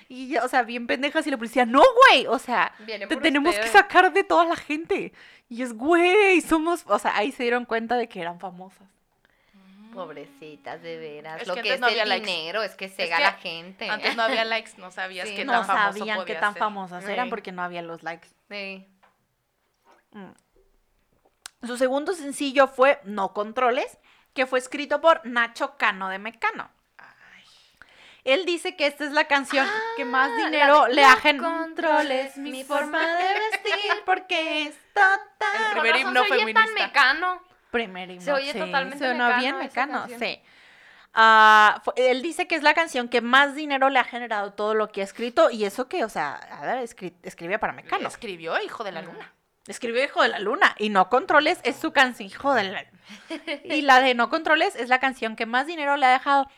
Y ya, o sea, bien pendejas y la policía, no, güey, o sea,
Vienen
te
por
tenemos
ustedes.
que sacar de toda la gente. Y es, güey, somos, o sea, ahí se dieron cuenta de que eran famosas.
Pobrecitas, de veras.
Es
lo
que
que,
antes
es
no había
el
likes.
dinero es que
Es
se
que
la gente.
Antes no había likes, no sabías
Sí,
qué
no
tan famoso
sabían
podía
qué tan
ser.
famosas eran
Sí.
porque no había los likes.
Sí.
Su segundo sencillo fue No Controles, que fue escrito por Nacho Cano de Mecano.
Ay.
Él dice que esta es la canción que más
Ah, la
dinero
de
le
No
agen.
controles mi forma de vestir,
porque es
El
total.
primer
Con razón
himno
se oye tan
feminista.
mecano.
Primer himno,
Se oye
sí,
totalmente
sonó
Mecano
bien
esa
mecano,
canción.
sí. Ah, fu- él dice que es la canción que más dinero le ha generado todo lo que ha escrito y eso que, o sea, a ver, escri- escribía para Mecano.
Escribió Hijo de la Luna.
Escribió Hijo de la Luna y No Controles es su canción Hijo
(laughs)
de la Luna. Y la de No Controles es la canción que más dinero le ha dejado.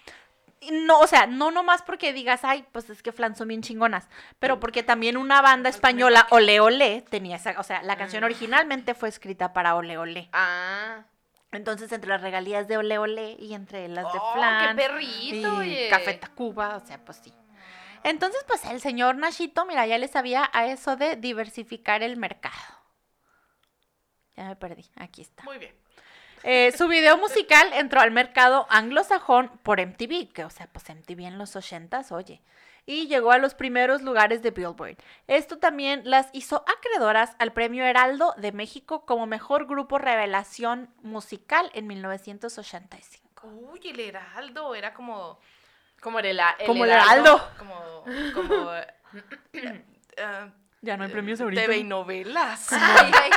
Y No, o sea, no nomás porque digas, ay, pues es que Flan son bien chingonas, pero porque también una banda española, Ole Ole, tenía esa, o sea, la canción
Ah.
originalmente fue escrita para Ole Ole.
Ah.
Entonces, entre las regalías de Ole Ole y entre las de
Oh,
Flan
¡Qué
y
perrito, oye!
Café Tacuba, o sea, pues sí. Entonces, pues el señor Nashito, mira, ya le sabía a eso de diversificar el mercado. Ya me perdí, aquí está.
Muy bien.
Eh, su video musical entró al mercado anglosajón por MTV, que o sea, pues MTV en los 80s, oye. Y llegó a los primeros lugares de Billboard. Esto también las hizo acreedoras al Premio Heraldo de México como mejor grupo revelación musical en 1985.
Uy, el Heraldo era como.
Como el, hela- el
Como el
heraldo.
Como.
(coughs)
Como. eh, eh,
Ya no hay premios ahorita.
TV y novelas.
(laughs) Sí,
(laughs)
güey,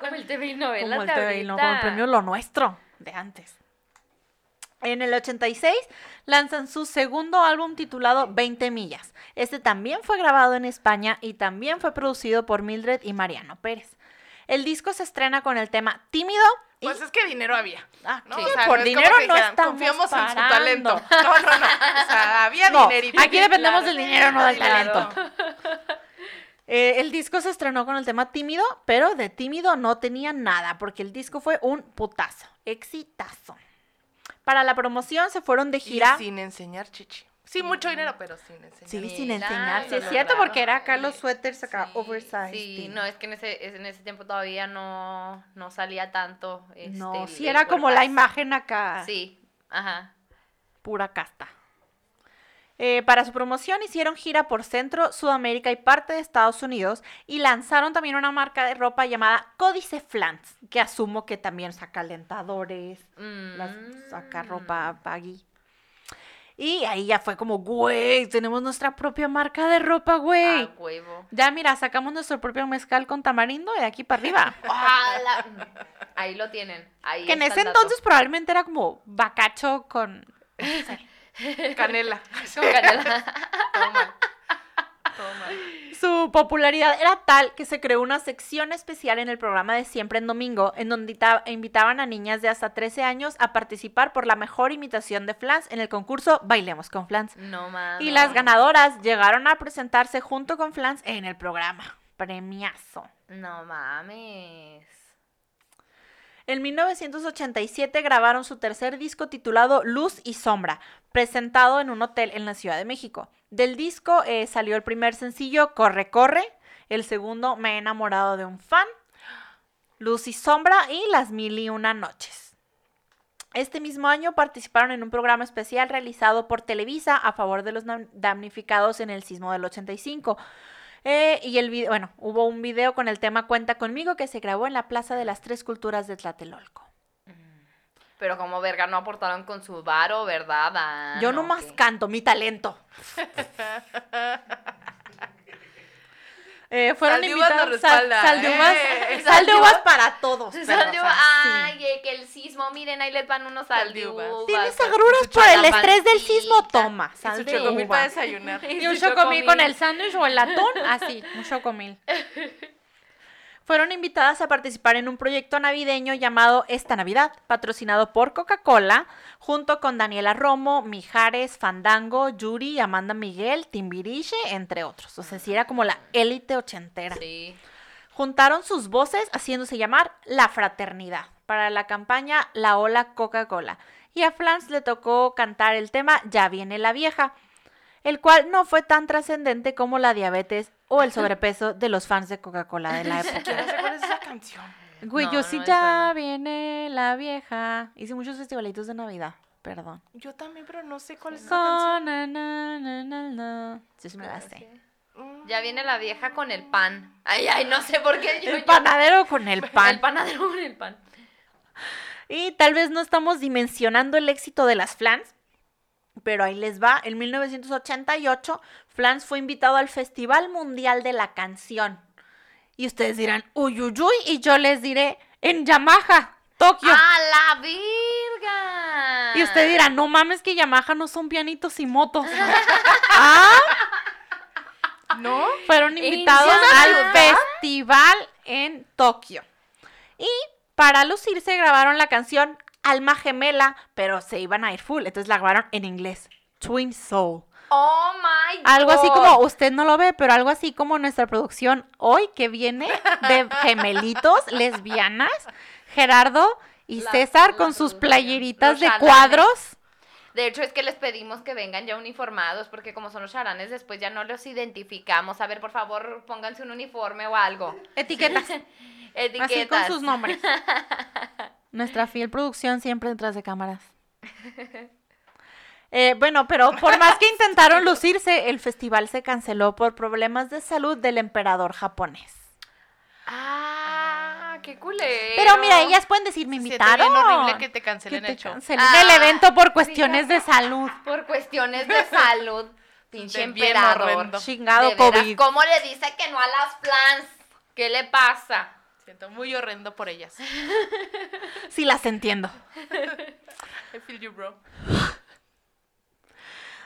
como el TV y novela
como el
de
TV y no,
ahorita.
como el premio Lo Nuestro de antes. En el 86 lanzan su segundo álbum titulado 20 millas. Este también fue grabado en España y también fue producido por Mildred y Mariano Pérez. El disco se estrena con el tema Tímido.
(laughs)
y-
Pues es que dinero había.
Ah,
¿no?
sí,
O sea,
por
no es como
dinero
que
no
dijeran,
estamos
Confiamos en su
parando.
talento. No, no, no. O sea, había
(laughs) No,
dinerito.
aquí dependemos
claro.
del dinero, no del
Claro.
talento. Eh, el disco se estrenó con el tema tímido, pero de tímido no tenía nada, porque el disco fue un putazo, exitazo. Para la promoción se fueron de
Y
gira. Sí,
sin enseñar chichi. Sí, mucho dinero, pero sin enseñar.
Sí,
sin
Mira,
enseñar. Sí,
lo
es cierto,
lograron.
porque era acá los suéteres acá,
Sí,
oversized.
Sí,
thing.
no, es que en ese, es- en ese tiempo todavía no, no salía tanto. Este,
No,
el-
sí,
el
era como la
cuerpazo.
imagen acá.
Sí, ajá.
pura casta. Eh, para su promoción hicieron gira por Centro, Sudamérica y parte de Estados Unidos y lanzaron también una marca de ropa llamada Códice Flans, que asumo que también saca calentadores, las, saca
Mm.
ropa baggy. Y ahí ya fue como, güey, tenemos nuestra propia marca de ropa, güey.
A huevo.
(laughs) ya mira, sacamos nuestro propio mezcal con tamarindo y de aquí para arriba.
A la- Ahí lo tienen. (laughs) Ahí
que en
está
ese
el dato.
entonces probablemente era como bacacho con...
Canela.
(laughs) Con canela.
(laughs)
Toma. Toma.
Su popularidad era tal que se creó una sección especial en el programa de Siempre en Domingo, en donde ita- invitaban a niñas de hasta 13 años a participar por la mejor imitación de Flans en el concurso Bailemos con Flans.
Ah, No mames.
Y las ganadoras llegaron a presentarse junto con Flans en el programa. Premiazo.
No mames.
En 1987 grabaron su tercer disco titulado Luz y Sombra, presentado en un hotel en la Ciudad de México. Del disco eh, salió el primer sencillo Corre, corre, el segundo Me he enamorado de un fan, Luz y Sombra y Las Mil y Una Noches. Este mismo año participaron en un programa especial realizado por Televisa a favor de los dam- damnificados en el sismo del 85. Eh, y el video, bueno, hubo un video con el tema Cuenta conmigo que se grabó en la Plaza de las Tres Culturas de Tlatelolco.
Pero como verga no aportaron con su varo, ¿verdad? Ah,
Yo
no,
nomás
que-
canto, mi talento. Eh, fueron
Sal de uvas
invitados
nos
sal,
respalda,
sal de
¿eh?
uvas,
Eh,
sal de
sal de
uvas
uvas.
para todos.
Sal
pero, o
de
sea,
uva-
sí.
Ay, eh, que el sismo, miren, ahí les van unos sal de uvas.
Tienes
con
agruras
su
por el estrés del
chalabancita.
sismo, toma,
Y su
sal de
chocomil para
uvas. (laughs)
desayunar.
Y un
su
chocomil
chocomil.
con el sándwich o el (laughs) atún, así, un chocomil. (laughs) Fueron invitadas a participar en un proyecto navideño llamado Esta Navidad, patrocinado por Coca-Cola, junto con Daniela Romo, Mijares, Fandango, Yuri, Amanda Miguel, Timbiriche, entre otros. O sea, sí era como la élite ochentera.
Sí.
juntaron sus voces haciéndose llamar La Fraternidad para la campaña La Ola Coca-Cola. Y a Flans le tocó cantar el tema Ya viene la vieja, el cual no fue tan trascendente como la diabetes o el sobrepeso de los fans de Coca-Cola
(laughs)
de la época.
Yo no sé cuál es esa canción.
Güey,
No,
yo
no
sí
me
ya
suena.
viene la vieja. Hice muchos festivalitos de Navidad, perdón.
Yo también, pero no sé cuál es esa
Con-
canción.
na, na, na, na, na. Sí, sí me la sé.
Mm.
Ya viene la vieja con el pan. Ay, ay, no sé por qué. yo-
El
yo-
panadero con el
El
pan.
panadero con el pan.
Y tal vez no estamos dimensionando el éxito de las Flans, pero ahí les va. En 1988, Flans fue invitado al Festival Mundial de la Canción. Y ustedes dirán, uy, uy, uy, y yo les diré, en Yamaha, Tokio.
Ah, ¡A la virga!
Y usted dirá, no mames que Yamaha no son pianitos
(laughs)
y motos. ah,
¿No?
fueron
¿En
invitados al
Yamaha?
festival en Tokio. Y para lucirse grabaron la canción Alma Gemela, pero se iban a ir full, entonces la grabaron en inglés. Twin Soul.
¡Oh, my God!
Algo así
Oh.
como, usted no lo ve, pero algo así como nuestra producción hoy que viene de
(laughs)
gemelitos, lesbianas, Gerardo y
La-
César
la
con sus
producción.
playeritas
Los
de
chalanes.
cuadros.
De hecho, es que les pedimos que vengan ya uniformados, porque como son los charanes, después ya no los identificamos. A ver, por favor, pónganse un uniforme o algo.
Etiquetas.
Etiquetas.
Así con sus nombres. Nuestra fiel producción siempre detrás de cámaras. Eh, bueno, pero por más que intentaron lucirse, el festival se canceló por problemas de salud del emperador japonés.
¡Ah! ¡Qué culero!
Pero mira, ellas pueden decir, me
Se siente
invitaron.
bien horrible que te
que
cancelen
te
el show.
cancelen el
Ah,
evento por cuestiones de salud.
Por cuestiones de
(laughs)
salud, pinche
De bien
emperador.
horrendo.
Chingado
De veras,
COVID.
¿Cómo le dice que no a las plans? ¿Qué le pasa?
Siento muy horrendo por ellas.
Sí las entiendo.
I feel you, bro.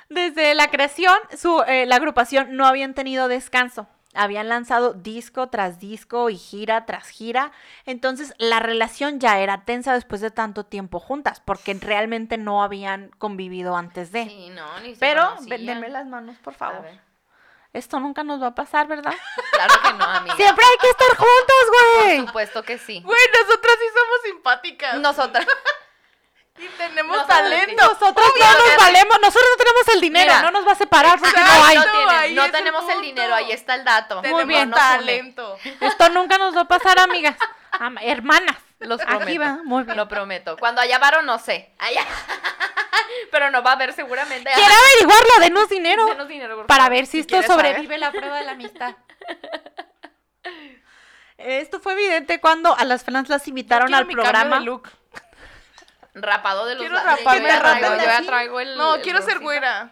Desde la creación, su, eh, la agrupación no habían tenido descanso. Habían lanzado disco tras disco y gira tras gira. Entonces la relación ya era tensa después de tanto tiempo juntas, porque realmente no habían convivido antes de.
Sí, no, ni se
Pero,
conocían.
ven- denme las manos, por
A
favor.
ver.
Esto nunca nos va a
(laughs)
pasar, ¿verdad?
Claro que no, amiga.
Siempre hay que estar juntos,
Por
güey.
supuesto que sí.
Güey, nosotras sí somos simpáticas.
(laughs)
Nosotras.
Y tenemos
Nosotras sí.
talento.
Nosotros no nos valemos, nosotros no tenemos el dinero,
Mira,
no nos va a separar porque no
exacto.
hay.
No, tienen-
ahí
no
es el
tenemos el,
punto.
dinero, ahí está el dato.
Tenemos
bien.
No nos une.
talento.
Esto nunca nos va a pasar, amigas. Am- hermanas.
Los
Aquí
prometo.
va, muy bien.
Lo prometo. Cuando haya varo, no sé. Allá. (laughs) Pero no va a haber seguramente.
Quiero averiguarlo, denos dinero
Denos dinero, por
para
favor.
ver si, esto
quieres saber.
sobrevive la prueba de la amistad. Esto fue evidente cuando a las fans las invitaron
Quiero
al
mi cambio
programa.
de look.
Rapado de los
Quiero
la-
rapar-
Yo ya
me rapen
traigo, yo ya
así.
traigo el.
No,
el
quiero ser
rosita.
güera.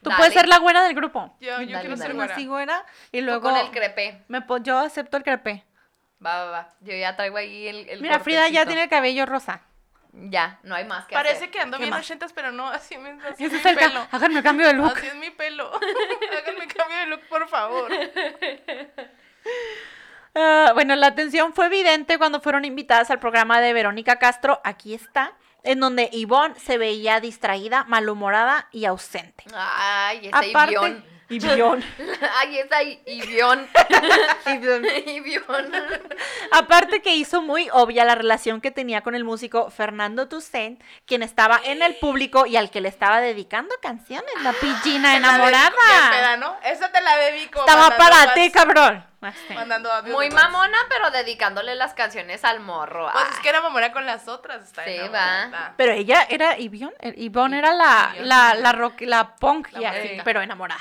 Tú
Dale.
puedes ser la buena del grupo.
Yo, yo
Dale,
quiero ser
dale.
güera.
Así güera, y
Tú
luego
Con el crepé.
me pon- yo acepto el crepe.
Va, va, va. Yo ya traigo ahí el. el
Mira, Frida ya
cortecito.
tiene el cabello rosa.
Ya, no hay más que
Parece
hacer.
que ando
¿Qué
bien
más?
ochentas, pero no, así me así
Ese
es
es
mi
el ca- (laughs)
pelo.
Háganme el cambio de look.
Así es mi pelo. (laughs) Háganme cambio de look, por favor.
Ah, bueno, la atención fue evidente cuando fueron invitadas al programa de Verónica Castro, aquí está, en donde Ivonne se veía distraída, malhumorada y ausente.
Ay, ese
Aparte,
Ibión.
(laughs)
Ibión.
(laughs) Ay, esa I- (laughs) Ibión.
Ibión.
Ibión.
Aparte que hizo muy obvia la relación que tenía con el músico Fernando Toussaint, quien estaba en el público y al que le estaba dedicando canciones, la
Ah,
pillina enamorada.
Espera, ¿no? Esa te la dedico.
Estaba
mandando
para
whats-
ti, cabrón. Ah, Así.
Mandando audios
Muy
de whats.
mamona, pero dedicándole las canciones al morro.
Pues
Ay.
es que era mamona con las otras. Está
Sí,
enamorada.
va.
Pero ella era Ibión, er- Ivonne era la, la, la rock, la punk, y
La
así,
música.
pero enamorada.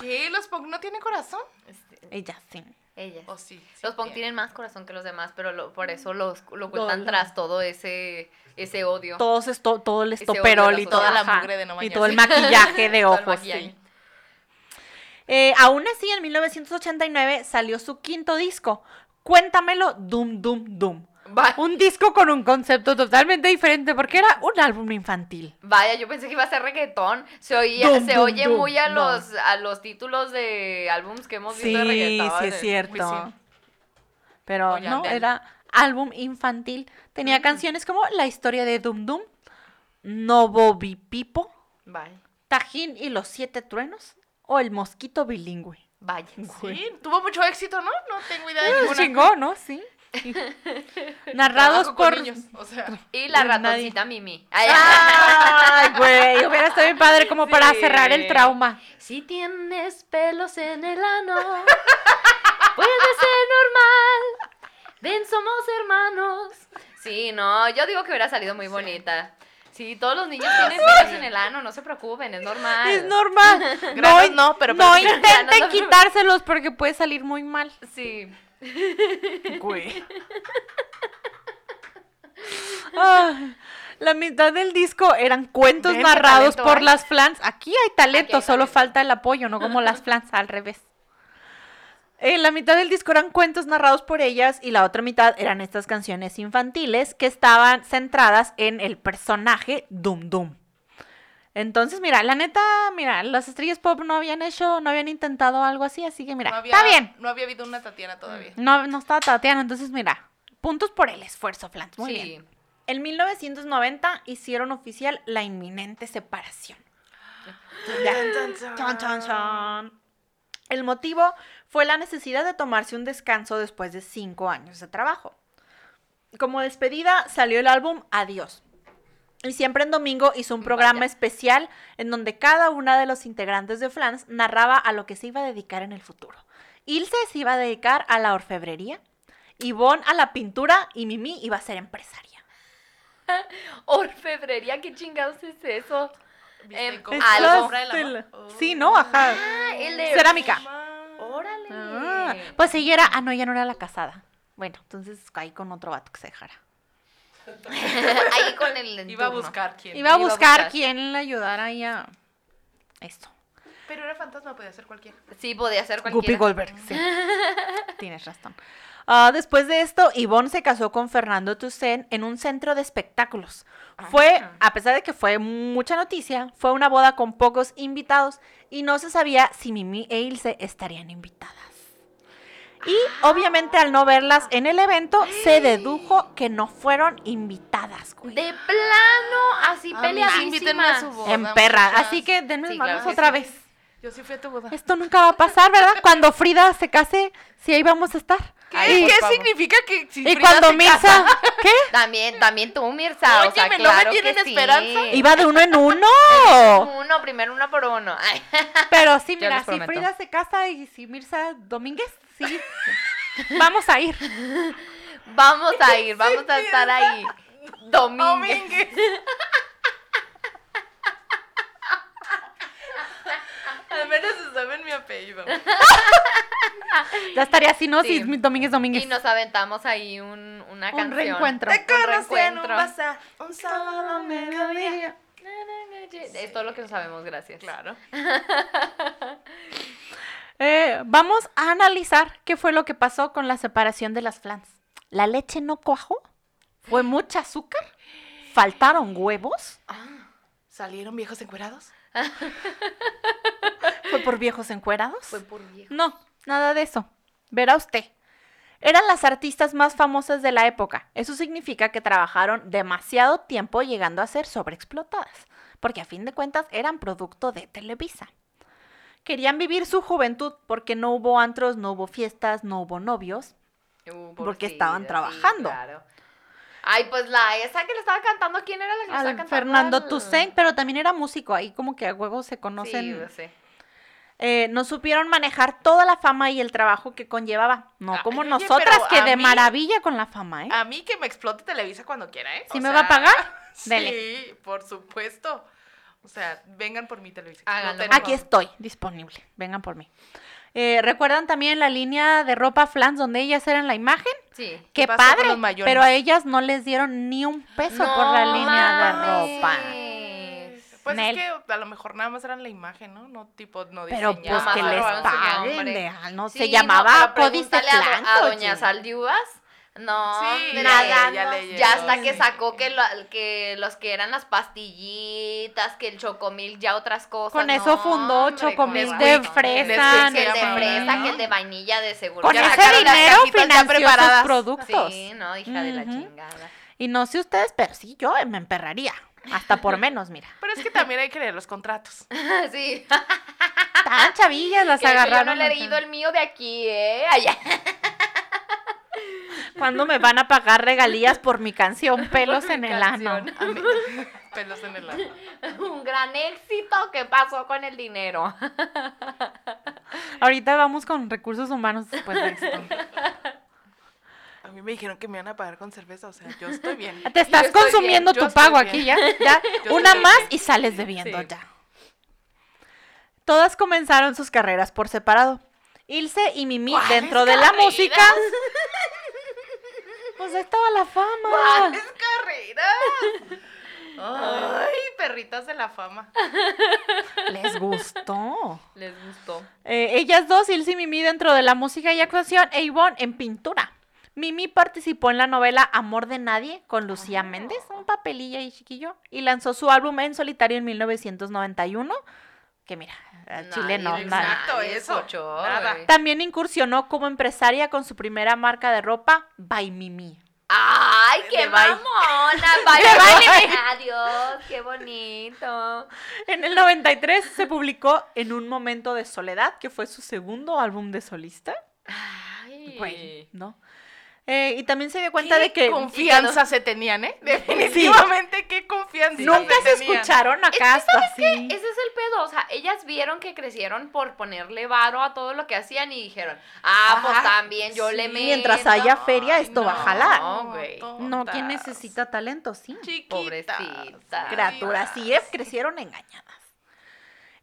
¿Qué? ¿Los punk no tienen corazón?
Este,
Ella sí.
ellas.
¿O sí? sí
los punk
tienen.
tienen más corazón que los demás, pero lo- por eso
Mm.
los lo ocultan
Lo-
tras todo ese ese odio.
Todos esto, todo el
Ese odio
estoperol
de
y
la
toda
sociedad.
la
Toda la mugre
ajá,
de no
y
(laughs)
bañarse.
todo el maquillaje de
Todo el
ojos. sí.
maquillaje.
Eh, aún así, en 1989 salió su quinto disco, Cuéntamelo, Doom, Doom, Doom.
Va-
Un disco con un concepto totalmente diferente porque era un álbum infantil.
Vaya, yo pensé que iba a ser reggaetón. Se oía,
Dum,
se
dum,
oye
dum.
muy a
No.
los a los títulos de álbums que hemos
Sí,
visto de reggaetón.
sí es cierto.
Wisin.
Pero
O
no,
Yandel.
era álbum infantil.
Mm.
Tenía canciones como La historia de Doom, Doom, Novo Pipo,
Vaya.
Tajín y los siete truenos o El mosquito bilingüe. Ah,
Vaya.
Sí, tuvo mucho éxito, ¿no? No tengo idea de ninguna.
chingón, ¿no?
(laughs)
Sí. Narrados
Trabajo con
por...
niños, o sea.
Y la
Nadie.
ratoncita
(laughs)
Mimi. Ay,
Ay, güey, hubiera estado bien padre como para
Sí.
cerrar el trauma.
Si tienes pelos en el ano, (laughs) puede ser normal. Ven, somos hermanos. Sí, no, yo digo que hubiera salido muy bonita. (laughs) Sí, todos los niños tienen pelos en el ano, no se preocupen, es normal.
(laughs)
Es normal.
Granos
in-
no, pero- (laughs)
no
pero-
intenten
Granos no.
quitárselos porque puede salir muy mal.
Sí.
(laughs) Güey. Ah, la mitad del disco eran cuentos
Ven, qué
narrados
talento,
por
¿eh?
las flans. Aquí hay talento,
Aquí hay
solo
talento.
falta el apoyo, no como las flans, al revés. Eh, la mitad del disco eran cuentos narrados por ellas y la otra mitad eran estas canciones infantiles que estaban centradas en el personaje Dum Dum. Entonces, mira, la neta, mira, las estrellas pop no habían hecho, no habían intentado algo así, así que mira,
no había,
está bien.
No había habido una Tatiana todavía.
No, no estaba Tatiana, entonces mira, puntos por el esfuerzo, Flans. Muy
sí.
bien. En 1990 hicieron oficial la inminente separación. Ya. Chan, chan, chan. El motivo fue la necesidad de tomarse un descanso después de cinco años de trabajo. Como despedida salió el álbum Adiós. Y siempre en domingo hizo un programa
Vaya.
especial en donde cada una de los integrantes de Flans narraba a lo que se iba a dedicar en el futuro. Ilse se iba a dedicar a la orfebrería, Yvonne a la pintura y Mimi iba a ser empresaria.
Orfebrería, ¿qué chingados es eso?
Mm.
¿Viste
Em,
cómo
es
se
la oh.
Algo.
compra el amor?
Sí, ¿no? Ajá.
Ah, el de-
Cerámica.
Órale.
Ah, pues ella era. Ah, no, ella no era la casada. Bueno, entonces caí con otro vato que se dejara.
Ahí con el.
Iba a
entorno.
buscar quién.
Iba a
Iba a
buscar
buscar.
quién le ayudara ahí a esto.
Pero era fantasma, podía ser cualquiera.
Sí, podía ser
Guppy
cualquiera.
Goldberg,
(laughs)
sí. Tienes razón. Ah, después de esto, Yvonne se casó con Fernando Toussaint en un centro de espectáculos.
Ah,
Fue, a pesar de que fue mucha noticia, fue una boda con pocos invitados y no se sabía si Mimi e Ilse estarían invitadas. Y
Ah.
obviamente al no verlas en el evento, se dedujo que no fueron invitadas. güey.
De plano, así
Ah,
peleadísima.
mis, invítenme a su boda.
En perra.
muchachas.
Así que denme
Sí,
manos
claro que
otra
sí.
vez.
Yo sí fui a tu boda.
Esto nunca va a pasar, ¿verdad? Cuando Frida se case, sí ahí vamos a estar.
¿Qué,
Ay, por
¿qué
favor.
significa que si
Y
Frida
cuando
se casa?
Mirza, ¿qué?
También, también tú, Mirza. o sea,
Óyeme, ¿no me
claro
tienen
que sí.
esperanza?
Iba de uno en uno.
Uno, primero uno por uno. Ay, (laughs)
Pero sí,
Yo
mira,
les
si
prometo.
Frida se casa y si Mirza Domínguez, sí. Vamos a ir.
Vamos a ir, vamos a estar ahí. Domingo.
Domínguez. (laughs) Al menos se saben mi apellido.
Ya estaría así, ¿no?
Sí.
Si mi- Domínguez Domínguez.
Y nos aventamos ahí un, una
Un
canción.
reencuentro.
Te conocí en un
reencuentro.
bazar un sábado a mediodía.
Es todo lo que sabemos, gracias.
Claro.
Eh, vamos a analizar qué fue lo que pasó con la separación de las flans. ¿La leche no cuajó? ¿Fue mucha azúcar? ¿Faltaron huevos?
¿Salieron viejos encuerados?
¿Fue por viejos encuerados?
Fue por viejo.
No, nada de eso. Verá usted. Eran las artistas más famosas de la época. Eso significa que trabajaron demasiado tiempo llegando a ser sobreexplotadas, porque a fin de cuentas eran producto de Televisa. Querían vivir su juventud porque no hubo antros, no hubo fiestas, no hubo novios.
Uh,
Porque
pobrecita,
estaban
sí,
trabajando.
claro. Ay, pues la esa que le estaba cantando, ¿quién era la que le estaba
Al
cantando?
Fernando
al-
Toussaint, pero también era músico, ahí como que a huevos se conocen.
Sí,
pues.
yo sé.
eh, no supieron manejar toda la fama y el trabajo que conllevaba. No
Ay,
como
oye,
nosotras,
pero
que
a
de
mí-
maravilla con la fama, ¿eh?
A mí que me explote Televisa cuando quiera, ¿eh?
¿Sí
O
me
sea,
va a pagar? Dele.
(laughs) Sí, por supuesto. O sea, vengan por mi Televisa.
Háganlo.
tenemos-
Aquí estoy, disponible. Vengan por mí. Eh, ¿Recuerdan también la línea de ropa flans donde ellas eran la imagen?
Sí.
¡Qué
pasó con
padre!
los mayones?
Pero a ellas no les dieron ni un peso por la
No
línea
mames.
de ropa.
Pues
Nel.
es que a lo mejor nada más eran la imagen, ¿no? No tipo, no
Pero
diseñaban.
pues
Nada
que
más
les
robaron su
paguen.
nombre.
de- ah, no,
Sí,
se
no,
llamaba
pero
Códice
pregúntale a do-
Flans.
A,
oye.
Doña Saldiuvas. No,
Sí,
hombre,
nada,
ya,
ya
no-
le
ya
llegó,
hasta que
sí.
sacó que, lo- que los que eran las pastillitas, que el chocomil, ya otras cosas.
Con
no,
eso fundó
hombre,
Chocomil
con
de
eso, no. Que
fresa,
el de
no sé qué
fresa,
llamaban,
que el
¿no?
de vainilla de seguro.
Con
ya
ese
sacaron las
dinero
cajitas ya
financió sus
preparadas.
productos.
Sí, no, hija de la
Ujú.
chingada. (laughs)
Y no sé ustedes, pero sí, yo me
(laughs)
emperraría. Hasta por menos, mira.
Pero es que también hay que leer los contratos.
sí.
Tan chavillas las
Que de hecho yo
agarraron.
no le he
acá.
leído el mío de aquí, ¿eh? Allá. (laughs)
¿Cuándo me van a pagar regalías por mi
(laughs)
canción Pelos en
Mi
el
Ah,
ano?
canción.
(laughs) Pelos en el ano.
Un gran éxito que pasó con el dinero. (laughs)
Ahorita vamos con recursos humanos después de
(laughs)
esto.
A mí me dijeron que me iban a pagar con cerveza, o sea, yo estoy
(laughs)
bien.
Te estás
estoy bien,
consumiendo
(laughs) yo
tu
estoy
pago
bien.
aquí ya. ya
Yo
una
estoy
más
bien.
y sales debiendo
Sí.
ya.
Todas comenzaron sus carreras por separado. Ilse y Mimi
¿Cuáles
dentro de la
carreras?
música. Pues ahí estaba la fama.
¡Cuáles carreras! Ay, perritas de la fama.
Les gustó.
Les gustó.
Eh, ellas dos, Ilse y Mimi, dentro de la música y actuación, e Ivonne en pintura. Mimi participó en la novela Amor de Nadie con Lucía Méndez, un papelillo ahí chiquillo, y lanzó su álbum en solitario en 1991. Que mira, al Chile no,
Nadie-
nada.
exacto,
nadie
eso,
escuchó,
nada.
güey.
También incursionó como empresaria con su primera marca de ropa, By Mimi.
Ay, qué
De
(laughs)
bye.
mamona. Bye,
De
bye. (laughs) Adiós, qué bonito.
En el 93 se publicó En un momento de soledad, que fue su segundo álbum de solista.
Ay.
Güey, ¿no? Eh, y también se dio (laughs) cuenta de que
confianza se tenían, ¿eh? Definitivamente qué confianza.
nunca se
tenían.
escucharon acá hasta así.
Ese es el pedo, o sea, ellas vieron que crecieron por ponerle varo a todo lo que hacían y dijeron, ah, pues
Ajá,
también yo le
sí,
meto.
mientras haya feria, esto va a jalar.
No, güey.
No,
tontas.
¿quién necesita talento? Sí.
Chiquitas.
Pobrecita.
Criaturas, sí, es, crecieron engañadas.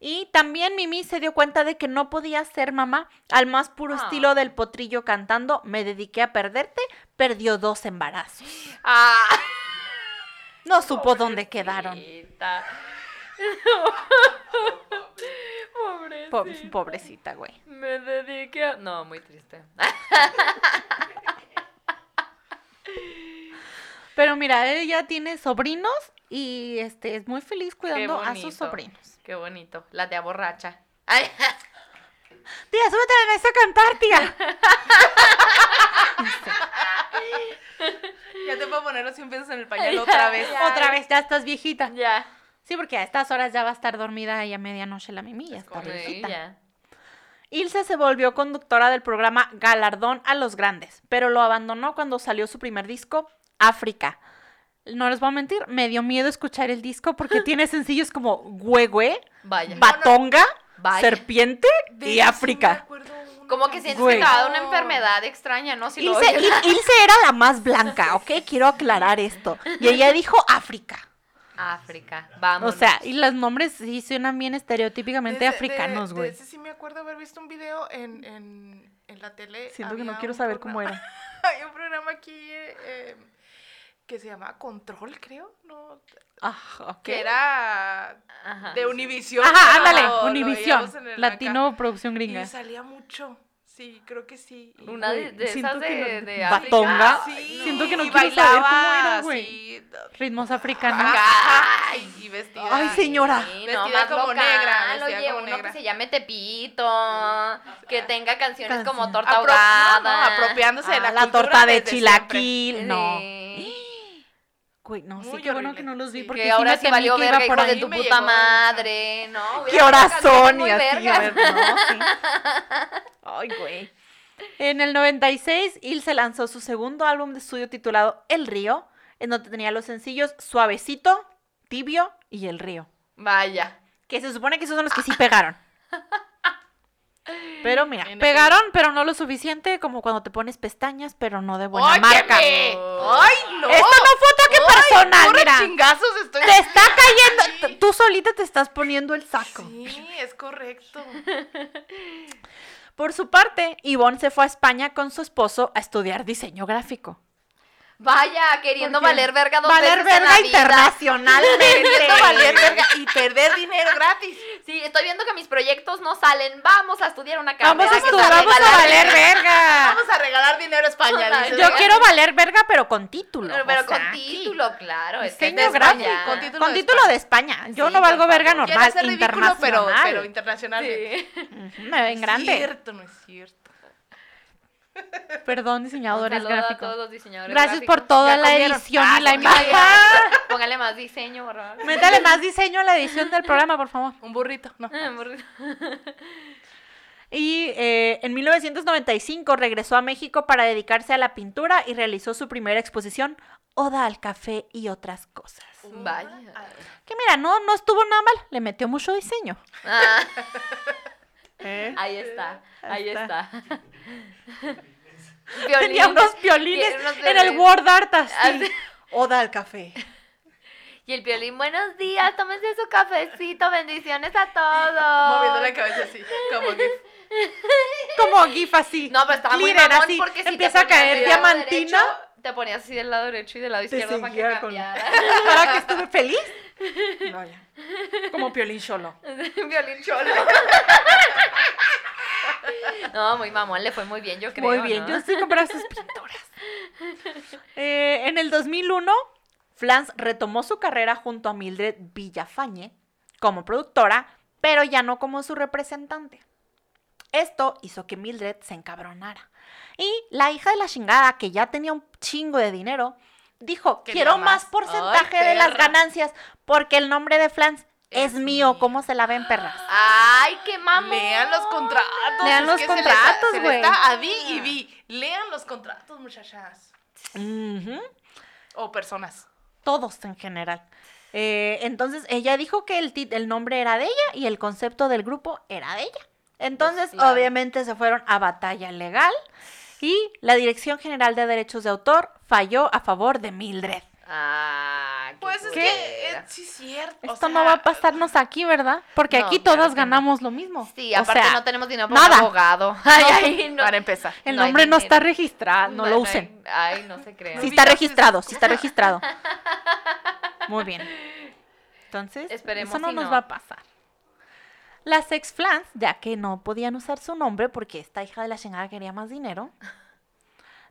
Y también Mimi se dio cuenta de que no podía ser mamá al más puro
Ah.
estilo del potrillo cantando Me dediqué a perderte, perdió dos embarazos.
Ah,
No (laughs) supo dónde quedaron. (laughs)
pobrecita. Pobrecita.
Po- Pobrecita, güey.
Me dediqué a... No, muy triste. (laughs)
Pero mira, ella tiene sobrinos y este es muy feliz cuidando a
bonito.
sus sobrinos.
Qué bonito. La de (laughs) borracha. Ay,
Tía, súbete a la mesa a cantar, tía.
Ya te puedo poner los 100 pesos en el pañal
(laughs)
otra vez.
Ya.
Otra vez, ya estás viejita.
ya.
Sí, porque a estas horas ya va a estar dormida y a medianoche la Mimi, ya está
Sí,
viejita.
ya.
Ilse se volvió conductora del programa Galardón a los Grandes, pero lo abandonó cuando salió su primer disco, África. No les voy a mentir, me dio miedo escuchar el disco porque tiene sencillos como Güegüe,
Vaya.
Batonga,
Vaya.
Serpiente
De
y
eso sí me
África.
acuerdo una
Como que sientes
Güey.
que te va a dar una enfermedad extraña, ¿no? Si lo
Ilse,
oyes.
Il- Ilse era la más blanca, ¿ok? Quiero aclarar esto. Y ella dijo África.
África, vamos.
O sea, y los nombres sí suenan bien estereotípicamente
De ese-
africanos,
de-
güey.
De ese sí me acuerdo haber visto un video en, en, en la tele.
Siento que no
Había
quiero
un
saber cómo
programa-
era.
(laughs) Había un programa aquí eh, eh, que se llamaba Control, creo, ¿no?
Ah, ok.
Que era de Univision.
Ah, Ajá,
pero
ándale,
lo- lo
Univisión,
veíamos en el acá.
Latino Producción Gringa.
Y salía mucho. Sí, creo que sí. Y- pues, ah,
Una de, de
siento
esas de,
que no-
de África.
Batonga.
Ay,
Sí,
Siento que no
y
quiero saber cómo
bailaba
era, güey.
así,
Ritmos africanos.
ajá, y vestida.
Ay, señora.
Sí,
Vestida
no, más
como
local,
negra, vestida
Oye,
como
uno
negra.
que se llame Tepito, que tenga canciones como
Canción.
Torta
Apro-
Ahogada.
no, no, apropiándose de
Ah,
la,
la
cultura
torta de
desde
chilaquil,
Sí.
no. Güey, no, sí,
Muy
qué bueno
horrible,
que no los vi
sí.
porque
Que
sí
ahora
me
sí
temí
valió
que iba
verga, hijo
por
de
ahí.
tu
Me
puta
llegó-
madre, ¿no?
¡Qué
corazón
horazón! Y así, a ver, no,
(laughs)
sí. Ay, güey. En el 96, Ilse lanzó su segundo álbum de estudio titulado El Río, en donde tenía los sencillos Suavecito, Tibio y El Río.
Vaya.
Que se supone que esos son los que sí pegaron. Pero mira,
En
pegaron, pero no lo suficiente como cuando te pones pestañas, pero no de buena
Óyeme.
marca.
Ay, no.
Esto no fue ataque personal,
Puros
mira.
chingazos estoy.
Te está cayendo. t- Tú solita te estás poniendo el saco.
Sí, es correcto.
Por su parte, Yvonne se fue a España con su esposo a estudiar diseño gráfico.
Vaya, queriendo
¿Por qué?
valer verga dos
Valer
veces en la
verga
vida.
internacionalmente.
Queriendo valer verga y perder dinero gratis.
Sí, estoy viendo que mis proyectos no salen. Vamos a estudiar una carrera.
Vamos a
que
estudiar,
salga
vamos a
la-
valer verga.
(laughs) Vamos a regalar dinero a España.
Hola,
dices,
Yo
¿verdad?
quiero valer verga, pero con título.
Pero,
o
pero
sea,
con
aquí.
título, claro. es que es de
Diseño
España.
gráfico,
con título
con
de
título de España. Yo
Sí,
no valgo
por
verga
favor.
Quiero
normal,
hacer ridículo,
internacional.
pero, pero internacionalmente.
Sí.
Ujú, Me ven
No es
grande.
cierto, no es cierto.
Perdón,
Un
diseñadores
saludo a
gráficos.
todos los diseñadores
Gracias por
gráficos.
toda
Ya
la
comieron.
edición
Ah,
y la
comieron.
imagen.
(laughs) Póngale más diseño, por favor.
Métale más diseño a la edición del programa, por favor.
Un burrito, no.
Burrito.
Y eh, en 1995 regresó a México para dedicarse a la pintura y realizó su primera exposición, Oda al café y otras cosas.
Vaya.
Que mira, no, no estuvo nada mal, le metió mucho diseño.
Ah, ahí está, ahí está.
está. (laughs)
Violines.
Tenía unos violines
unos
en el
violines.
Word Art así.
Así.
Oda al café.
Y el violín, buenos días, tómense su cafecito, bendiciones a
(laughs)
todos.
(laughs) Moviendo la cabeza así, como que.
Como gif así.
No, pero estaba muy
Glitter,
mamón
así,
porque si
empieza
te
a caer
ponías del lado
diamantina.
derecho, te ponías así del lado derecho y del lado izquierdo para que
seguía con-
cambiara. (laughs)
Ahora que estuve feliz. No, ya. Como Piolín Solo.
Violín
(laughs)
cholo. No, muy mamón, le fue muy bien, yo creo.
Muy bien,
¿no?
yo sí compraba sus pinturas. Eh, en el 2001, Flans retomó su carrera junto a Mildred Villafañe como productora, pero ya no como su representante. Esto hizo que Mildred se encabronara. Y la hija de la chingada, que ya tenía un chingo de dinero, dijo,
Quería
quiero más
más.
porcentaje
¡Ay,
de las
perra!
ganancias porque el nombre de Flans
Es
es, mío.
mío.
¿Cómo se la ven, perras?
Ay, qué mamón.
Lean los contratos.
Lean
es
los
que se le
contratos,
está- se le
güey.
está a vi y vi. Lean los contratos, muchachas.
Ujú.
O personas.
todos en general. Eh, entonces ella dijo que el, tit- el nombre era de ella y el concepto del grupo era de ella. Entonces,
Pues, claro.
obviamente, se fueron a batalla legal y la Dirección General de Derechos de Autor falló a favor de Mildred.
Ah, qué
Pues es que
culera.
eh, sí es cierto. o
Esto
sea,
no va a pasarnos aquí, ¿verdad? Porque
No,
aquí
claro
todas
que no.
ganamos lo mismo.
Sí,
O
aparte
sea,
no tenemos dinero para un
nada. (laughs)
abogado. Ay, (laughs) ay, no.
Para empezar.
el
no hay
nombre no
dinero.
está registrado, no, lo
hay-
usen.
Ay, no se crean.
Olvídate
Sí está
de esas
registrado, sí está registrado.
(laughs)
Muy bien. Entonces,
Esperemos
eso no
y
nos
no.
va a pasar. Las ex flans, ya que no podían usar su nombre porque esta hija de la chingada quería más dinero,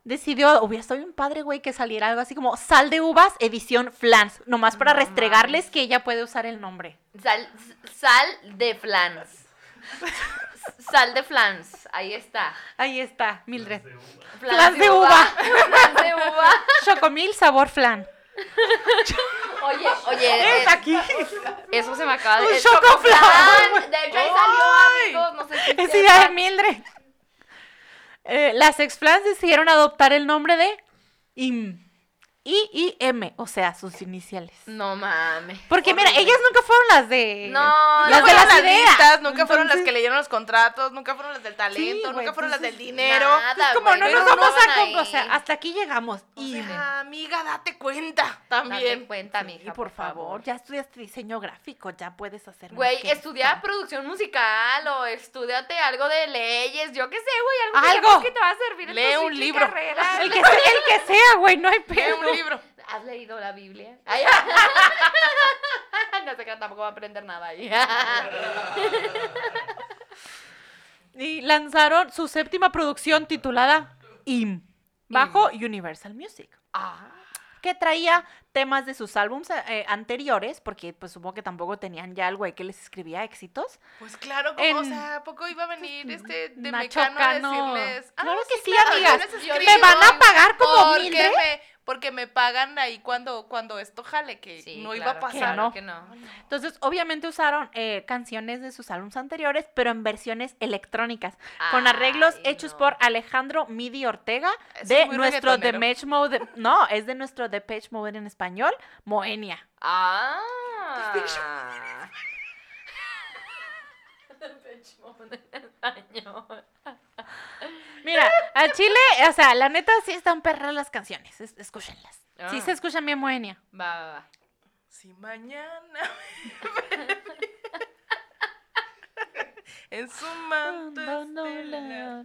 decidió, hubiera estado un padre, güey, que saliera algo así como sal de uvas edición flans, nomás para
No
restregarles que ella puede usar el nombre.
Sal, sal de
(laughs)
flans. Sal de flans. Ahí está.
Ahí está, Mildred.
Flans,
Flans de
(laughs) Flans de uva.
Chocomil sabor flan.
Oye, oye. eh,
Es
(laughs)
aquí.
eso se me acaba de.
Un
el
chocoflan.
chocoflan. De hecho, ahí
¡Ay!
salió, amigos. No sé
(laughs)
si
Es
sepan.
idea de Mildred. Eh, las ex-flans decidieron adoptar el nombre de IM. I-I-M, o sea, sus iniciales.
Mm.
No mames.
Porque mira, ellas nunca fueron las de...
No,
Nunca
las
no,
de
fueron
las
las
ideas.
listas, nunca fueron las
Entonces-
que leyeron los contratos, nunca fueron las del
Sí,
talento,
güey,
nunca fueron las del
entonces,
dinero. Pues,
nada,
Es como
güey,
no
pero
nos vamos
estaban
a... com- O
ahí.
sea, hasta aquí llegamos.
O
IM.
sea, amiga, date cuenta
Date
también.
cuenta,
Y
mija.
por, favor, ya estudiaste diseño gráfico, ya puedes hacer... más
Güey,
que (laughs)
estudia
esto.
producción musical o estudiate algo de leyes, yo qué sé, güey, algo,
Algo.
que, sepas que te va a servir en
Lee
tu
un
pinche
libro.
carrera.
El que, sea, el que sea, güey, no hay
(laughs) Lee
pedo.
un libro.
¿Has leído la Biblia?
(laughs)
Ay, (laughs) no sé que tampoco va a aprender nada
(laughs)
ahí.
Y lanzaron su séptima producción titulada IM, bajo Universal Music. que traía temas de sus álbums eh, anteriores, porque pues supongo que tampoco tenían ya el güey que les escribía éxitos.
Pues claro, como,
En- pues,
o sea, ¿a poco iba a venir este de
Nacho
Mecano
Cano.
a decirles? "Ah,
Claro que sí,
yo
amigas.
les
Yo
escribo
les
¿Me van a pagar como ¿eh?
porque
Mildred?
me- porque me pagan ahí cuando, cuando esto jale, que no iba a pasar.
no.
Que no.
Entonces, obviamente usaron eh, canciones de sus álbums anteriores, pero en versiones electrónicas, con
Ay,
arreglos hechos
no.
por Alejandro Midi Ortega,
Es
de
muy
nuestro
reggaetonero.
Depeche Mode, no, es de nuestro Depeche Mode en español, Moenia. (laughs)
Ah.
Mira, a Chile, o sea, la neta sí están perras las canciones, es- escúchenlas. Sí
Ah.
se escuchan bien Moenia.
Va, va, va.
Si mañana (laughs) en su manto estelar.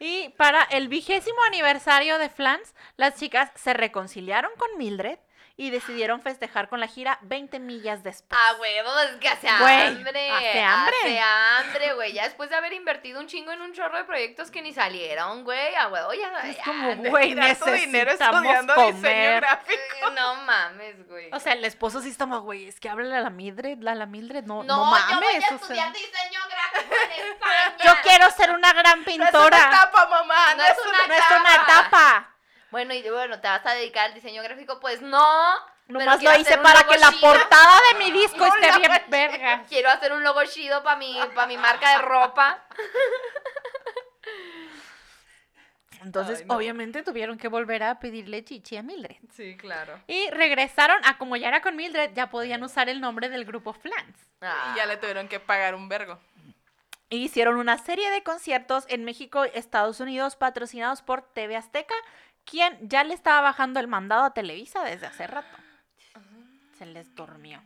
Y para el vigésimo aniversario de Flans, las chicas se reconciliaron con Mildred y decidieron festejar con la gira 20 millas después.
A huevos, que hace
Güey,
hambre.
hace hambre.
Hace hambre, güey. Ya después de haber invertido un chingo en un chorro de proyectos que ni salieron, güey. A huevo, ya.
Es
ya,
como,
no-
güey,
Tirar tu dinero
necesitamos
estudiando diseño
comer.
gráfico.
(laughs) No mames, güey.
O sea, el esposo sí está como, güey, es que háblale a la Mildred, a la Mildred, no,
no,
no,
yo voy a
mames. o sea,
estudiar diseño gráfico en España.
(laughs) yo quiero ser una gran
No es una
pintora.
tapa, mamá.
No
No
es
es
una
No es una
tapa.
etapa.
Bueno, y bueno, ¿te vas a dedicar al diseño gráfico? Pues no.
Nomás
quiero
lo hice
hacer un
para
logo
que la
chido.
portada de mi disco
No,
esté
la
bien
manches.
verga.
(laughs) Quiero hacer un logo chido para mi, pa' mi marca de
(laughs)
ropa.
Entonces,
Ay, no.
obviamente tuvieron que volver a pedirle chichi a Mildred.
Sí, claro.
Y regresaron a como ya era con Mildred, ya podían usar el nombre del grupo Flans.
Y ya le tuvieron que pagar un vergo.
E hicieron una serie de conciertos en México y Estados Unidos patrocinados por TV Azteca, quien ya le estaba bajando el mandado a Televisa desde hace rato. Se les durmió.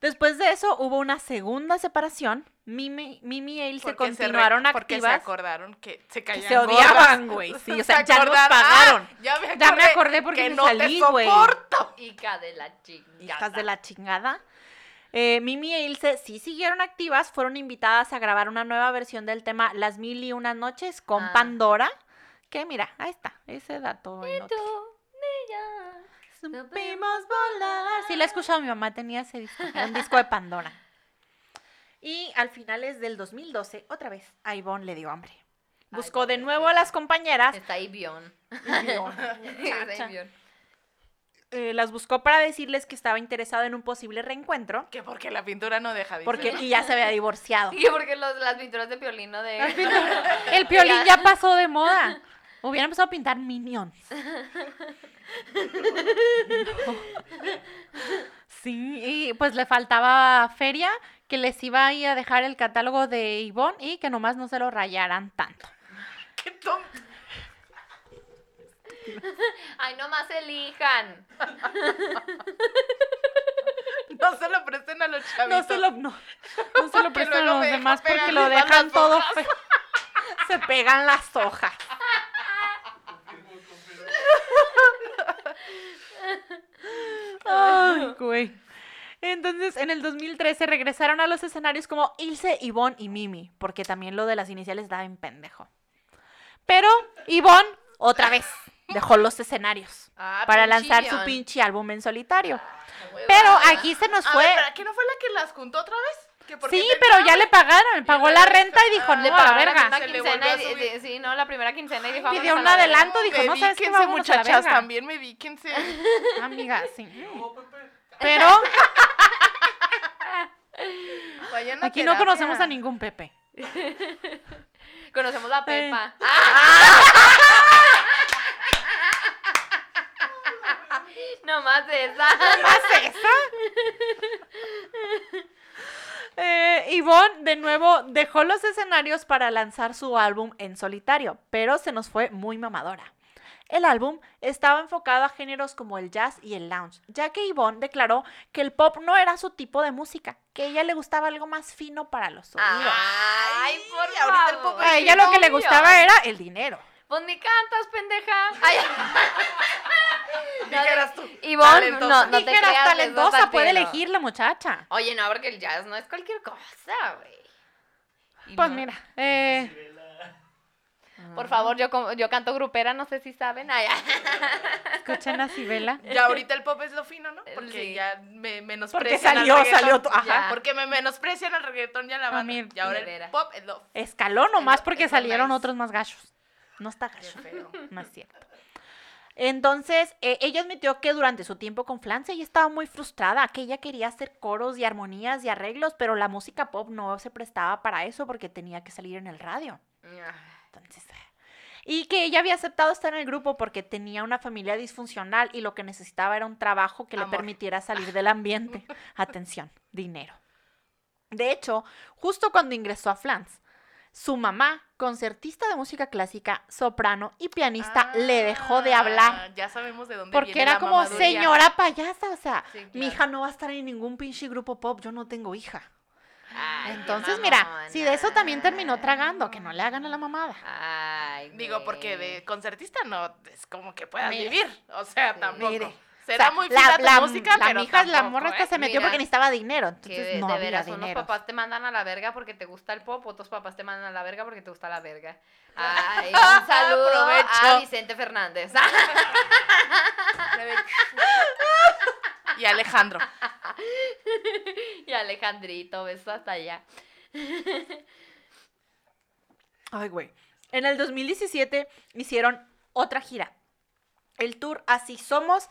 Después de eso hubo una segunda separación. Mimi, Mimi y él se
Porque re-
continuaron
Porque se
activas.
acordaron que se
que
caían
se
gordas.
odiaban, güey. Sí, o sea,
(laughs) Se
ya nos
acordaron. Ah,
pagaron.
ya, me acordé,
Ya me acordé porque
que
me
no
salí,
te
güey. (laughs)
soporto.
Ah, Hija de la chingada.
hijas de la chingada. Eh, Mimi e Ilse sí siguieron activas, fueron invitadas a grabar una nueva versión del tema Las Mil y Unas Noches con
Ah.
Pandora. Que mira, ahí está, ese dato. inútil.
supimos
Supimos volar. Sí, la he escuchado, mi mamá tenía ese disco, era un disco de Pandora. Y al finales del 2012, otra vez, a Ivonne le dio hambre. Buscó de
pobrecita.
nuevo a las
(laughs)
compañeras
Está ahí
(laughs)
Bion. (laughs) Está
Chacha.
ahí Bion.
eh, las buscó para decirles que estaba interesado en un posible reencuentro.
Que porque la pintura no deja, dice.
Porque
(laughs)
y ya se había divorciado.
Y que porque los, las pinturas de piolino de.
El piolín ya pasó de moda. Hubiera empezado a pintar minions. Sí, y pues le faltaba feria que les iba a ir a dejar el catálogo de Ivonne y que nomás no se lo rayaran tanto.
Qué tonto.
(laughs) Ay, nomás elijan.
No se lo presten a los
No
chavitos.
se lo, no, no
(laughs)
se lo prestan
luego
a los
me deja
demás porque
pegar
lo
mis
dejan
malas
todo fe- (laughs) Se pegan las hojas. Ay, güey. Entonces, en el 2013 regresaron a los escenarios como Ilse, Ivonne y Mimi, porque también lo de las iniciales daba en pendejo. Pero Ivonne, otra vez, dejó los escenarios
Ah,
para
pinche
lanzar su
Bion.
pinche álbum en solitario. Pero aquí se nos
A
fue.
ver, ¿para qué no fue la que las juntó otra vez? ¿Que porque
Sí,
tenía
pero ya
hambre?
le pagaron, pagó
le
la
dijo,
renta y dijo,
"Ah,
no,
le
a
pagaron la
verga.
La
Se le volvió
quincena y,
a subir.
y- sí, no, la primera quincena y dijo.
pidió
"Vámonos
un
a la
adelanto,
verga".
dijo, "No, ¿sabes qué?
Dedíquense,
Vámonos a la
muchachas,
verga".
también me
(laughs)
dedíquense.
(laughs) Amiga,
(laughs)
sí. Pero
Vayan a
aquí no conocemos
terapia.
a ningún Pepe.
Conocemos
Eh.
a
(laughs)
Pepa.
Ah.
(laughs) Nomás de esa.
(laughs) Eh, Ivonne de nuevo dejó los escenarios para lanzar su álbum en solitario, pero se nos fue muy mamadora. El álbum estaba enfocado a géneros como el jazz y el lounge, ya que Yvonne declaró que el pop no era su tipo de música, que a ella le gustaba algo más fino para los sonidos.
Ah,
Ay, por
ahorita el
favor.
poco-
a ella lo que le
obvio.
gustaba era el dinero.
Pues ni cantas, pendeja. (laughs) Ay.
Dijeras tú,
Ivonne, no,
talentosa.
no te
Dijeras,
creas, les vas
talentosa,
al
puede
tiro".
elegir la muchacha.
Oye, no, porque el jazz no es cualquier cosa, güey. Y
Pues
no.
mira, eh,
Por favor, yo, como- yo canto grupera, no sé si saben. Ay,
escuchen
(laughs)
a Sibela. (laughs)
Ya ahorita el pop es lo fino, ¿no? Porque
Sí.
ya me menosprecian
Porque
al
salió,
reggaetón.
salió. tu-
Ya,
Ajá.
porque me menosprecian al reggaetón y a la banda.
mira,
y ahora
de veras.
el pop es lo
Escaló nomás
Es lo-
porque
es lo
salieron
nice.
otros más gachos. No está
qué
gacho. (laughs)
feo.
No es cierto. Entonces, eh, ella admitió que durante su tiempo con Flance ella estaba muy frustrada, que ella quería hacer coros y armonías y arreglos, pero la música pop no se prestaba para eso porque tenía que salir en el radio. Entonces, eh, y que ella había aceptado estar en el grupo porque tenía una familia disfuncional y lo que necesitaba era un trabajo que le
Amor.
permitiera salir del ambiente. Atención, dinero. De hecho, justo cuando ingresó a Flans, su mamá, concertista de música clásica, soprano y pianista, le dejó de hablar.
Ah, Ya sabemos de dónde
Porque
viene
era
la
como
mamaduría.
señora payasa, o sea,
Sí, claro.
mi hija no va a estar en ningún pinche grupo pop, yo no tengo hija.
Ay, qué
Entonces, mira,
mamona.
si de eso también terminó tragando, que no le hagan a la mamada.
Ay,
Digo, porque
güey.
de concertista no es como que puedas
Mire.
vivir. O sea,
Sí.
tampoco.
Mire.
Será
O sea,
muy
la-
fina tu
la-
música,
la
pero
mija, la
tampoco,
morra hasta
¿eh?
se metió
Mira,
porque necesitaba dinero,
Que
entonces
de,
no
de
había
veras unos
dinero.
papás te mandan a la verga porque te gusta el pop, otros papás te mandan a la verga porque te gusta la
(laughs)
verga. Ay, un saludo a
Provecho.
Vicente Fernández. (laughs)
Y Alejandro.
y Alejandrito, besos hasta allá.
Ay, güey. En el 2017 hicieron otra gira. El tour Así Somos,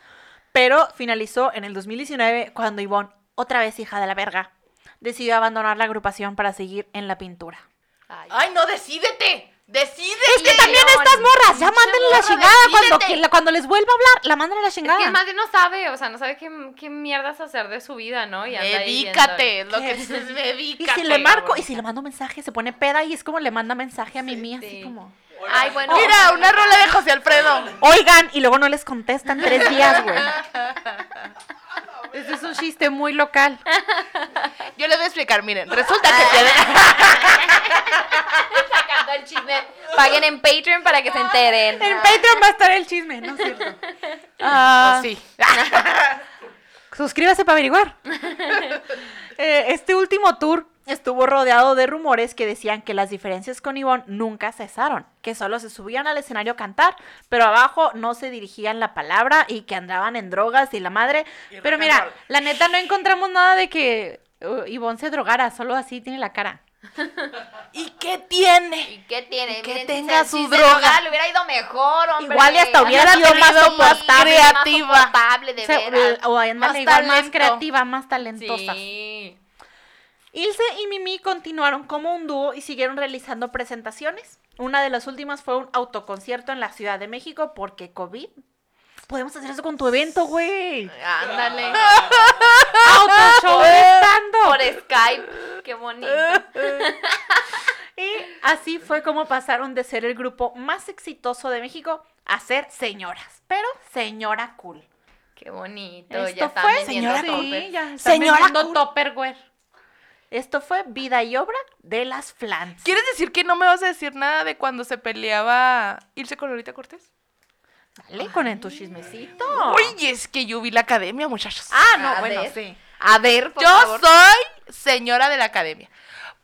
Pero finalizó en el 2019 cuando Ivonne, otra vez hija de la verga, decidió abandonar la agrupación para seguir en la pintura.
Ay,
Ay, no, decídete. Decídete.
Es que también
León,
estas morras, ya
pinche
mándenle la
morra,
chingada cuando,
decídete.
que la- cuando les vuelva a hablar, la manden a la
Es
chingada.
que es más de no sabe, o sea, no sabe qué, qué mierdas hacer de su vida, ¿no? Y anda ahí viendo-
Dedícate, es lo que es, es
y
dedícate.
si le marco,
cabrón.
y si le mando mensaje, se pone peda y es como le manda mensaje a mi mía, así
sí.
como.
Ay, bueno.
Mira, una rola de José Alfredo.
Oigan, y luego no les contestan tres días, güey.
Ese es un chiste muy local.
Yo les voy a explicar, miren, resulta
Ah.
que
Sacando el chisme. Paguen en Patreon para que se enteren.
(laughs) En Patreon va a estar el chisme, ¿no
(laughs)
es cierto? Ah,
sí.
Suscríbase
(laughs)
para averiguar. Eh, este último tour estuvo rodeado de rumores que decían que las diferencias con Ivonne nunca cesaron, que solo se subían al escenario a cantar, pero abajo no se dirigían la palabra y que andaban en drogas y la madre.
Y
Pero
rock and
mira,
roll.
la neta no encontramos nada de que uh, Ivonne se drogara, solo así tiene la cara.
(laughs) ¿Y qué tiene?
¿Y qué tiene?
Y que
Miren,
tenga
si-
su
si se
droga.
drogara, le hubiera ido mejor, hombre.
Igual y hasta hubiera
Anda
sido
tenido
más soportable,
creativa.
Más soportable, de
O sea,
veras.
o ándale,
Más
igual, más
talento.
creativa, más talentosa.
Sí.
Ilse y Mimi continuaron como un dúo y siguieron realizando presentaciones. Una de las últimas fue un autoconcierto en la Ciudad de México porque COVID. Podemos hacer eso con tu evento, güey.
(laughs) Ándale.
Autoshow
(laughs) Por
estando.
Skype. Qué bonito.
(laughs)
Y así fue como pasaron de ser el grupo más exitoso de México a ser señoras, pero señora cool.
Qué bonito.
Esto
Oh, ya están
fue,
vendiendo
señora,
topper.
sí, ya están
Señora
vendiendo
cool.
Tupperware. Esto fue vida y obra de las flans.
¿Quieres decir que no me vas a decir nada de cuando se peleaba Irse con Lolita Cortés?
Dale con en tu chismecito.
Uy, es que yo vi la academia, muchachos.
Ah, no,
A
bueno,
ver.
sí.
A ver, por
Yo
favor.
soy señora de la academia.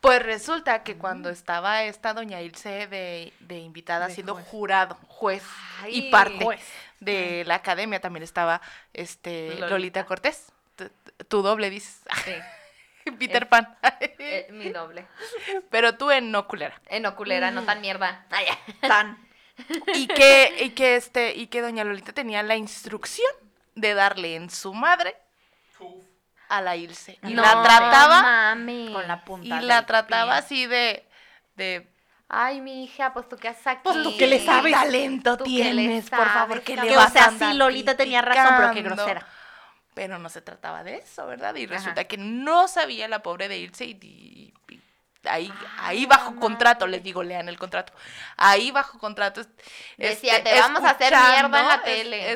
Pues resulta que cuando estaba esta doña Ilse de, de invitada
De
siendo
juez.
jurado, juez
Ay.
y parte
Juez.
de la academia también estaba este Lolita,
Lolita.
Cortés. Tu, tu doble dices. (laughs)
Sí,
Peter
Eh.
Pan.
eh, mi doble.
(laughs) Pero tú en no culera.
En oculera, no tan mierda. Ay, ya.
Tan.
Y que, y que este, y que doña Lolita tenía la instrucción de darle en su madre a la Ilse. Y
No,
la trataba,
mames.
Con la
y
punta.
la trataba así de, de
Ay, mi hija, pues tú qué haces aquí.
Pues, ¿tú qué le sabes?
talento
¿Tú qué le
tienes, por favor,
sabes,
que
cabrón?
le
Que,
vas
o sea,
a andar
sí, Lolita tenía razón, pero qué
criticando?
grosera.
Pero no se trataba de eso, ¿verdad? Y
Ajá.
resulta que no sabía la pobre de irse y, y- y ahí,
Ah,
ahí bajo contrato, les digo, lean el contrato. Ahí bajo contrato. es- este,
Decía, "Te vamos a hacer
escuchando,
mierda en la
es-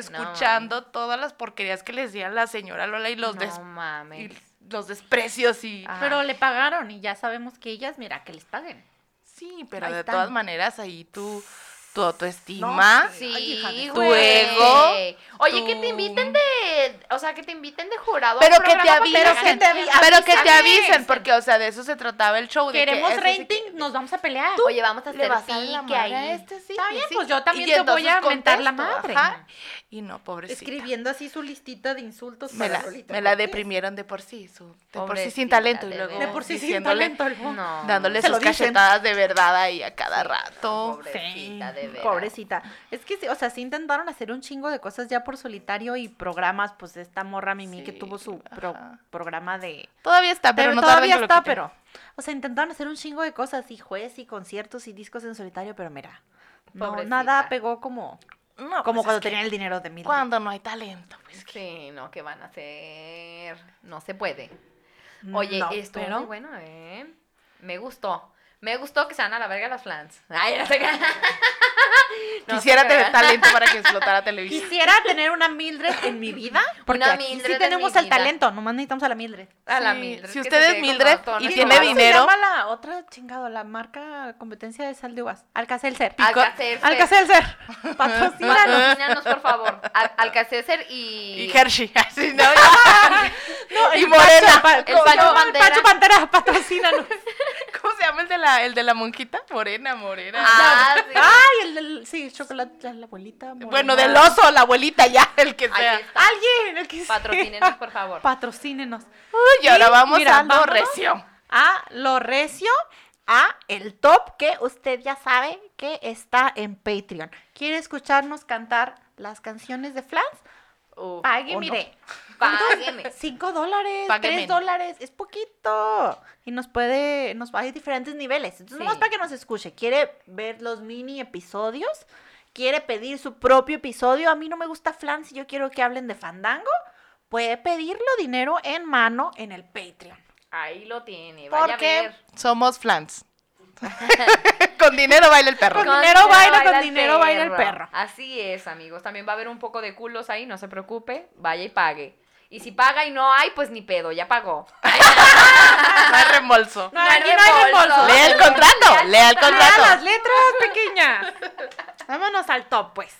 tele". No,
escuchando todas las porquerías que les decía la señora Lola y los,
No Ah,
des-
mames.
y los desprecios y...
Ah.
Ajá.
Pero le pagaron y ya sabemos que ellas, mira, que les paguen.
Sí, pero
Ahí
de
están.
todas maneras ahí tú... Tu autoestima.
Sí,
hija de-
tu
güey.
ego,
Oye, que
tu-
te inviten de. O sea, que te inviten de jurado. a un
pero que te
programa para
avisen,
ganar
pero que te
dinero.
pero que te
avísame.
avisen, porque o sea, de eso se trataba el show. de que
Queremos
ese sí que-
rating, nos vamos a pelear.
Oye, vamos a
le
hacer
vas a la
pique
madre a
ahí.
este, sí,
Está
y
bien,
sí.
pues yo también
Y
te voy
entonces
a mentar la
contesto,
madre.
ajá, Y no, pobrecita.
Escribiendo así su listita de insultos.
Me la,
para Lolita
me la
Cortés.
deprimieron de por sí, su- de por sí sin
Pobrecita,
talento. Y
de
luego
veras.
De por sí sin
diciéndole-
talento el mo-
No.
Dándole
Se
sus
lo dicen.
cachetadas de verdad ahí a cada rato.
Pobrecita, de veras.
Pobrecita. Es que, sí, o sea, sí intentaron hacer un chingo de cosas ya por solitario y programas, pues esta morra Mimi que
Sí,
tuvo su pro-
ajá.
programa de...
Todavía está, Ah, pero,
Pero
no tardan
todavía
que lo
está,
quiten.
pero... O sea, intentaron hacer un chingo de cosas y juez y conciertos y discos en solitario, pero mira, no,
Pobrecita.
nada pegó como,
No,
como
pues,
cuando
es que
tenían el dinero de mil.
Cuando no hay talento, pues.
Sí, no, ¿qué van a hacer? No se puede. Oye,
Mm, No,
esto
pero-
muy bueno, ¿eh? Me gustó. Me gustó que se van a la verga las flans. Ay, no sé qué. No,
Quisiera
se
tener
crean.
talento para que explotara televisión.
Quisiera tener una Mildred en mi
(laughs)
vida. Porque
Una
aquí
Mildred
sí
en
tenemos
mi
el
vida.
talento. Nomás necesitamos a la Mildred.
A la
Sí,
Mildred,
si
que
usted
se
es
quede con
Mildred
Botón,
y
¿no?
tiene
¿Cómo
Botón.
dinero?
Se llama la otra chingado, la marca competencia de sal de uvas. Alcacelser.
Alcacelser.
Alcacelser.
(laughs)
Patrocínanos.
Patrocínanos, por favor. Al Alcacéser y.
(laughs) Y Hershey, (laughs) así, ¿no?
No,
Y
el
Morena.
Pancho, pa-
El
¿cómo se
Pancho
llama?
Pantera.
Pancho Pantera, patrocínanos.
¿Cómo se llama el de la, el de la monjita? Morena, morena.
Ah, sí.
Ay, el del, sí, el chocolate, la, la abuelita. morena.
bueno, del oso, la abuelita ya, el que sea.
Ahí está.
Alguien, el que sea.
Patrocínenos, por favor.
Patrocínenos.
Uy, y ahora vamos
mira,
a lo
vámonos.
recio.
a lo recio, a el top que usted ya sabe que está en Patreon. ¿Quiere escucharnos cantar las canciones de Flans?
o-
Ah,
Pague,
o no.
mire.
Págueme.
Cinco dólares,
Págueme.
tres dólares, es poquito. Y nos puede, nos hay diferentes niveles. Entonces, nomás
Sí.
para que nos escuche. ¿Quiere ver los mini episodios? ¿Quiere pedir su propio episodio? A mí no me gusta flan si yo quiero que hablen de fandango. Puede pedirlo dinero en mano en el Patreon.
Ahí lo tiene. Vaya a
Porque
ver.
somos flans. (laughs) Con dinero baila el perro.
Con dinero baila, con
el
dinero baila el perro.
Así es, amigos. También va a haber un poco de culos ahí, no se preocupe. Vaya y pague. Y si paga y no hay, pues ni pedo, ya
(laughs)
pagó.
No hay reembolso.
No, aquí no hay reembolso.
Lea el contrato, lea el contrato.
letras pequeñas. (laughs) Vámonos al top, pues.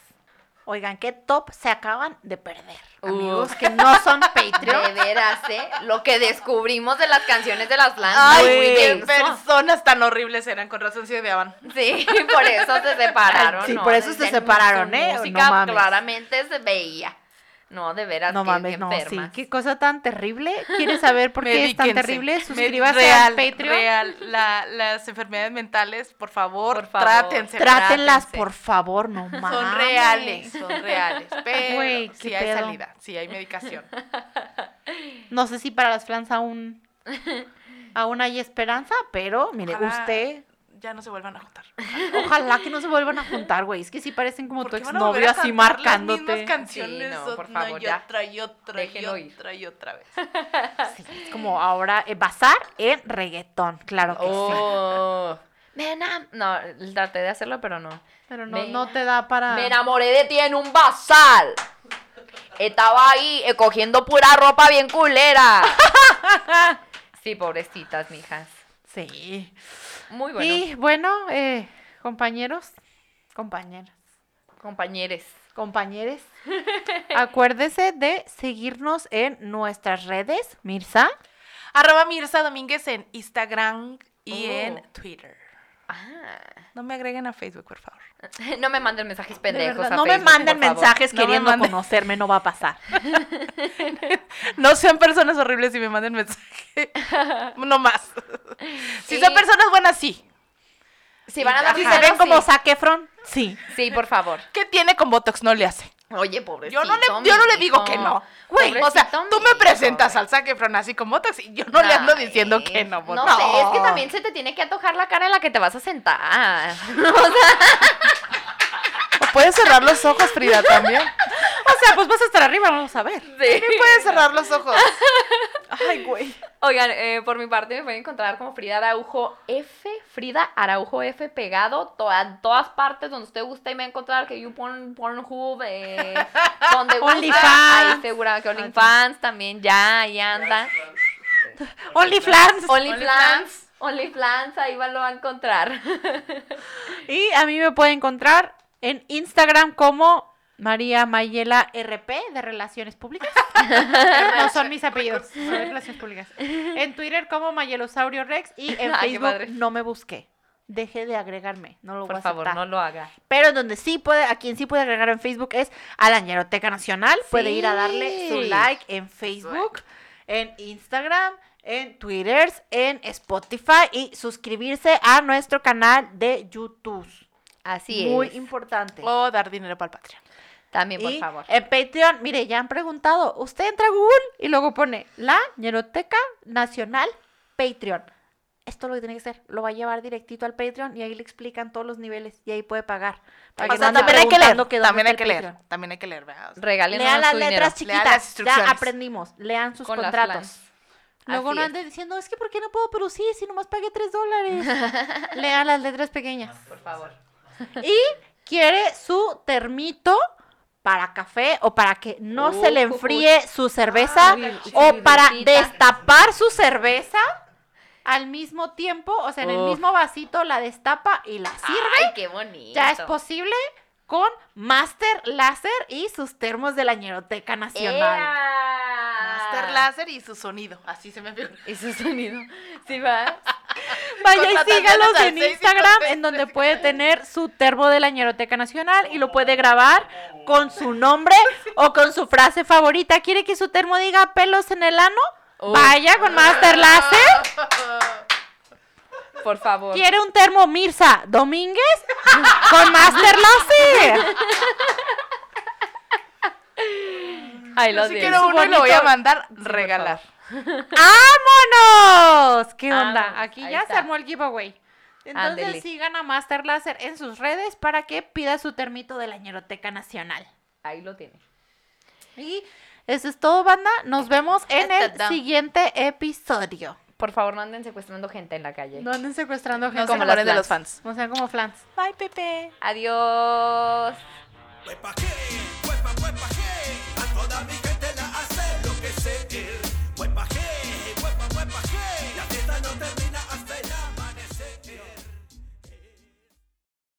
Oigan, ¿qué top se acaban de perder? Amigos
Uh.
que no
(laughs)
son Patreon.
De veras, ¿eh? Lo que descubrimos de las canciones de las Lanzas.
Ay,
Güey,
qué
eso.
personas tan horribles eran, con razón se odiaban.
Sí, (laughs) por eso se separaron.
Sí,
¿no?
por eso
Desde
se separaron,
su
¿eh?
música
No mames.
claramente se veía. No, de veras,
No
qué-
mames,
qué
no, sí.
enfermas.
Qué cosa tan terrible. ¿Quieres saber
(laughs)
por qué es tan
Medíquense.
terrible?
Med-
Suscríbase
real,
al Patreon.
Real, La- las enfermedades mentales, por favor,
Por favor.
trátense.
Trátenlas,
Trátense.
por favor, no mames.
Son reales,
(laughs)
son reales. Pero
Güey, qué
sí hay
pedo.
salida, sí hay medicación.
No sé si para las
(laughs)
flans aún, aún hay esperanza, pero mire,
Ojalá.
usted,
Ya no se vuelvan a juntar.
ojalá que no se vuelvan a juntar, güey. Es que sí parecen como tu
Porque van a volver
exnovio
a
así
cantar las
marcándote.
mismas canciones
Sí, no, por
una
favor,
y
ya.
otra y otra y
Déjenlo ir.
otra y otra vez.
Sí, es como ahora eh, basar en reggaetón, claro que sí.
Oh. (laughs) Me enam- No, traté de hacerlo, pero no.
Pero no,
me-
no te da para.
Me enamoré de ti en un bazar. Estaba ahí eh, cogiendo pura ropa bien
(laughs)
culera. Sí, pobrecitas, mijas.
Sí.
Muy bueno,
Y bueno, eh, compañeros, compañeras.
compañeros.
(laughs) compañeros, acuérdese de seguirnos en nuestras redes, Mirza.
Arroba Mirza Domínguez en Instagram y
Oh.
en Twitter.
Ah.
No me agreguen a Facebook, por favor.
(laughs) No me manden mensajes pendejos.
De verdad,
a
no
Facebook,
me manden
por favor.
mensajes
No me
queriendo
manden.
conocerme, no va a pasar.
No sean personas horribles y me
(laughs)
manden mensaje. No más. Si son
Y-
personas buenas, sí.
Si van a dar
Si se
jalo,
ven como
sí.
Zac Efron, sí.
Sí, por favor.
¿Qué tiene con Botox? No le hace.
Oye, pobre.
Yo no le, yo no le digo que no. Güey, o sea, tú me presentas al saquefron así con Botox y yo no le ando diciendo que no, por
No
favor.
sé, es que también se te tiene que antojar la cara en la que te vas a sentar.
O Puedes cerrar los ojos, Frida, también.
O sea, pues vas a estar arriba, vamos a ver.
Sí.
Puedes cerrar los ojos.
Ay, güey.
Oigan, eh, por mi parte me pueden encontrar como Frida Araujo F, Frida Araujo F pegado, to- en todas partes donde usted guste y me va a encontrar que yo pon, Pornhub,
(laughs)
eh, donde gusta,
OnlyFans. Ah,
ahí segura que OnlyFans también ya, ahí anda.
OnlyFans.
OnlyFans, OnlyFans, ahí va, lo va a encontrar.
Y a mí me puede encontrar en Instagram como María Mayela RP de
(laughs)
Relaciones Públicas. no son mis apellidos, son de Relaciones Públicas. En Twitter como Mayelosaurio Rex y
(laughs) Ay,
en
qué
Facebook
madre.
no me busqué. Deje de agregarme, no lo voy a
Por favor,
aceptar.
no lo haga.
Pero en donde sí puede, a quien sí puede agregar en Facebook es a la Ñeroteca Nacional. Puede ir a darle su
Sí.
like en Facebook, en Instagram, en Twitter, en Spotify y suscribirse a nuestro canal de YouTube.
Así
Muy
es.
importante.
O dar dinero para el Patreon.
También, por
Y
favor.
en Patreon, mire, ya han preguntado, usted entra a Google y luego pone la Ñeroteca Nacional Patreon. Esto es lo que tiene que hacer, lo va a llevar directito al Patreon y ahí le explican todos los niveles y ahí puede pagar. Para
O
que
sea,
no ande
también hay que leer.
preguntando dónde
También hay
está
que
el
leer.
Patreon.
También hay que leer, ¿verdad?
Regálenos
Lean las
su dinero.
letras
Lean las
chiquitas, ya
instrucciones.
aprendimos, lean sus
Con las
contratos.
plans.
Luego
Así
no
es.
anden diciendo, es que ¿por qué no puedo producir si nomás pagué
(laughs)
3 dólares? lean las letras pequeñas.
Por favor.
Y quiere su termito para café o para que no se le
Uh,
enfríe su cerveza
Ay,
o para
chiquitita.
destapar su cerveza al mismo tiempo, o sea, en el
Uf.
mismo vasito la destapa y la sirve.
Ay, qué bonito.
ya es posible con Master Láser y sus termos de la Ñeroteca Nacional.
¡Ea!
Ah.
Master Láser y su sonido. Así se me figura.
Ese sonido. Sí, va.
Vaya y
Contrataciones
sígalos
al
en
656.
Instagram en donde puede tener su termo de la Ñeroteca Nacional y lo puede grabar con su nombre o con su frase favorita. ¿Quiere que su termo diga pelos en el ano? Vaya con Master Láser.
Por favor.
¿Quiere un termo Mirza Domínguez? Con Master Láser.
Ahí
Yo
lo
sí
tienes.
quiero uno y lo voy a
bonito-
mandar
por
regalar.
¡Vámonos! ¿Qué
Ah,
onda?
vamos,
Aquí
ahí
ya se
está.
armó el giveaway. Entonces
Ándele.
sigan a Master Láser en sus redes para que pida su termito de la Ñeroteca Nacional.
Ahí lo tiene.
Y eso es todo, banda. Nos vemos en el
Ta-ta-ta.
siguiente episodio.
Por favor, no anden secuestrando gente en la calle.
No anden secuestrando gente.
no se
como
enamoren
las
de los
flans.
fans.
No sean como flans.
Bye, Pepe.
Adiós.
Huepa qué, huepa, huepa qué, a toda mi gente.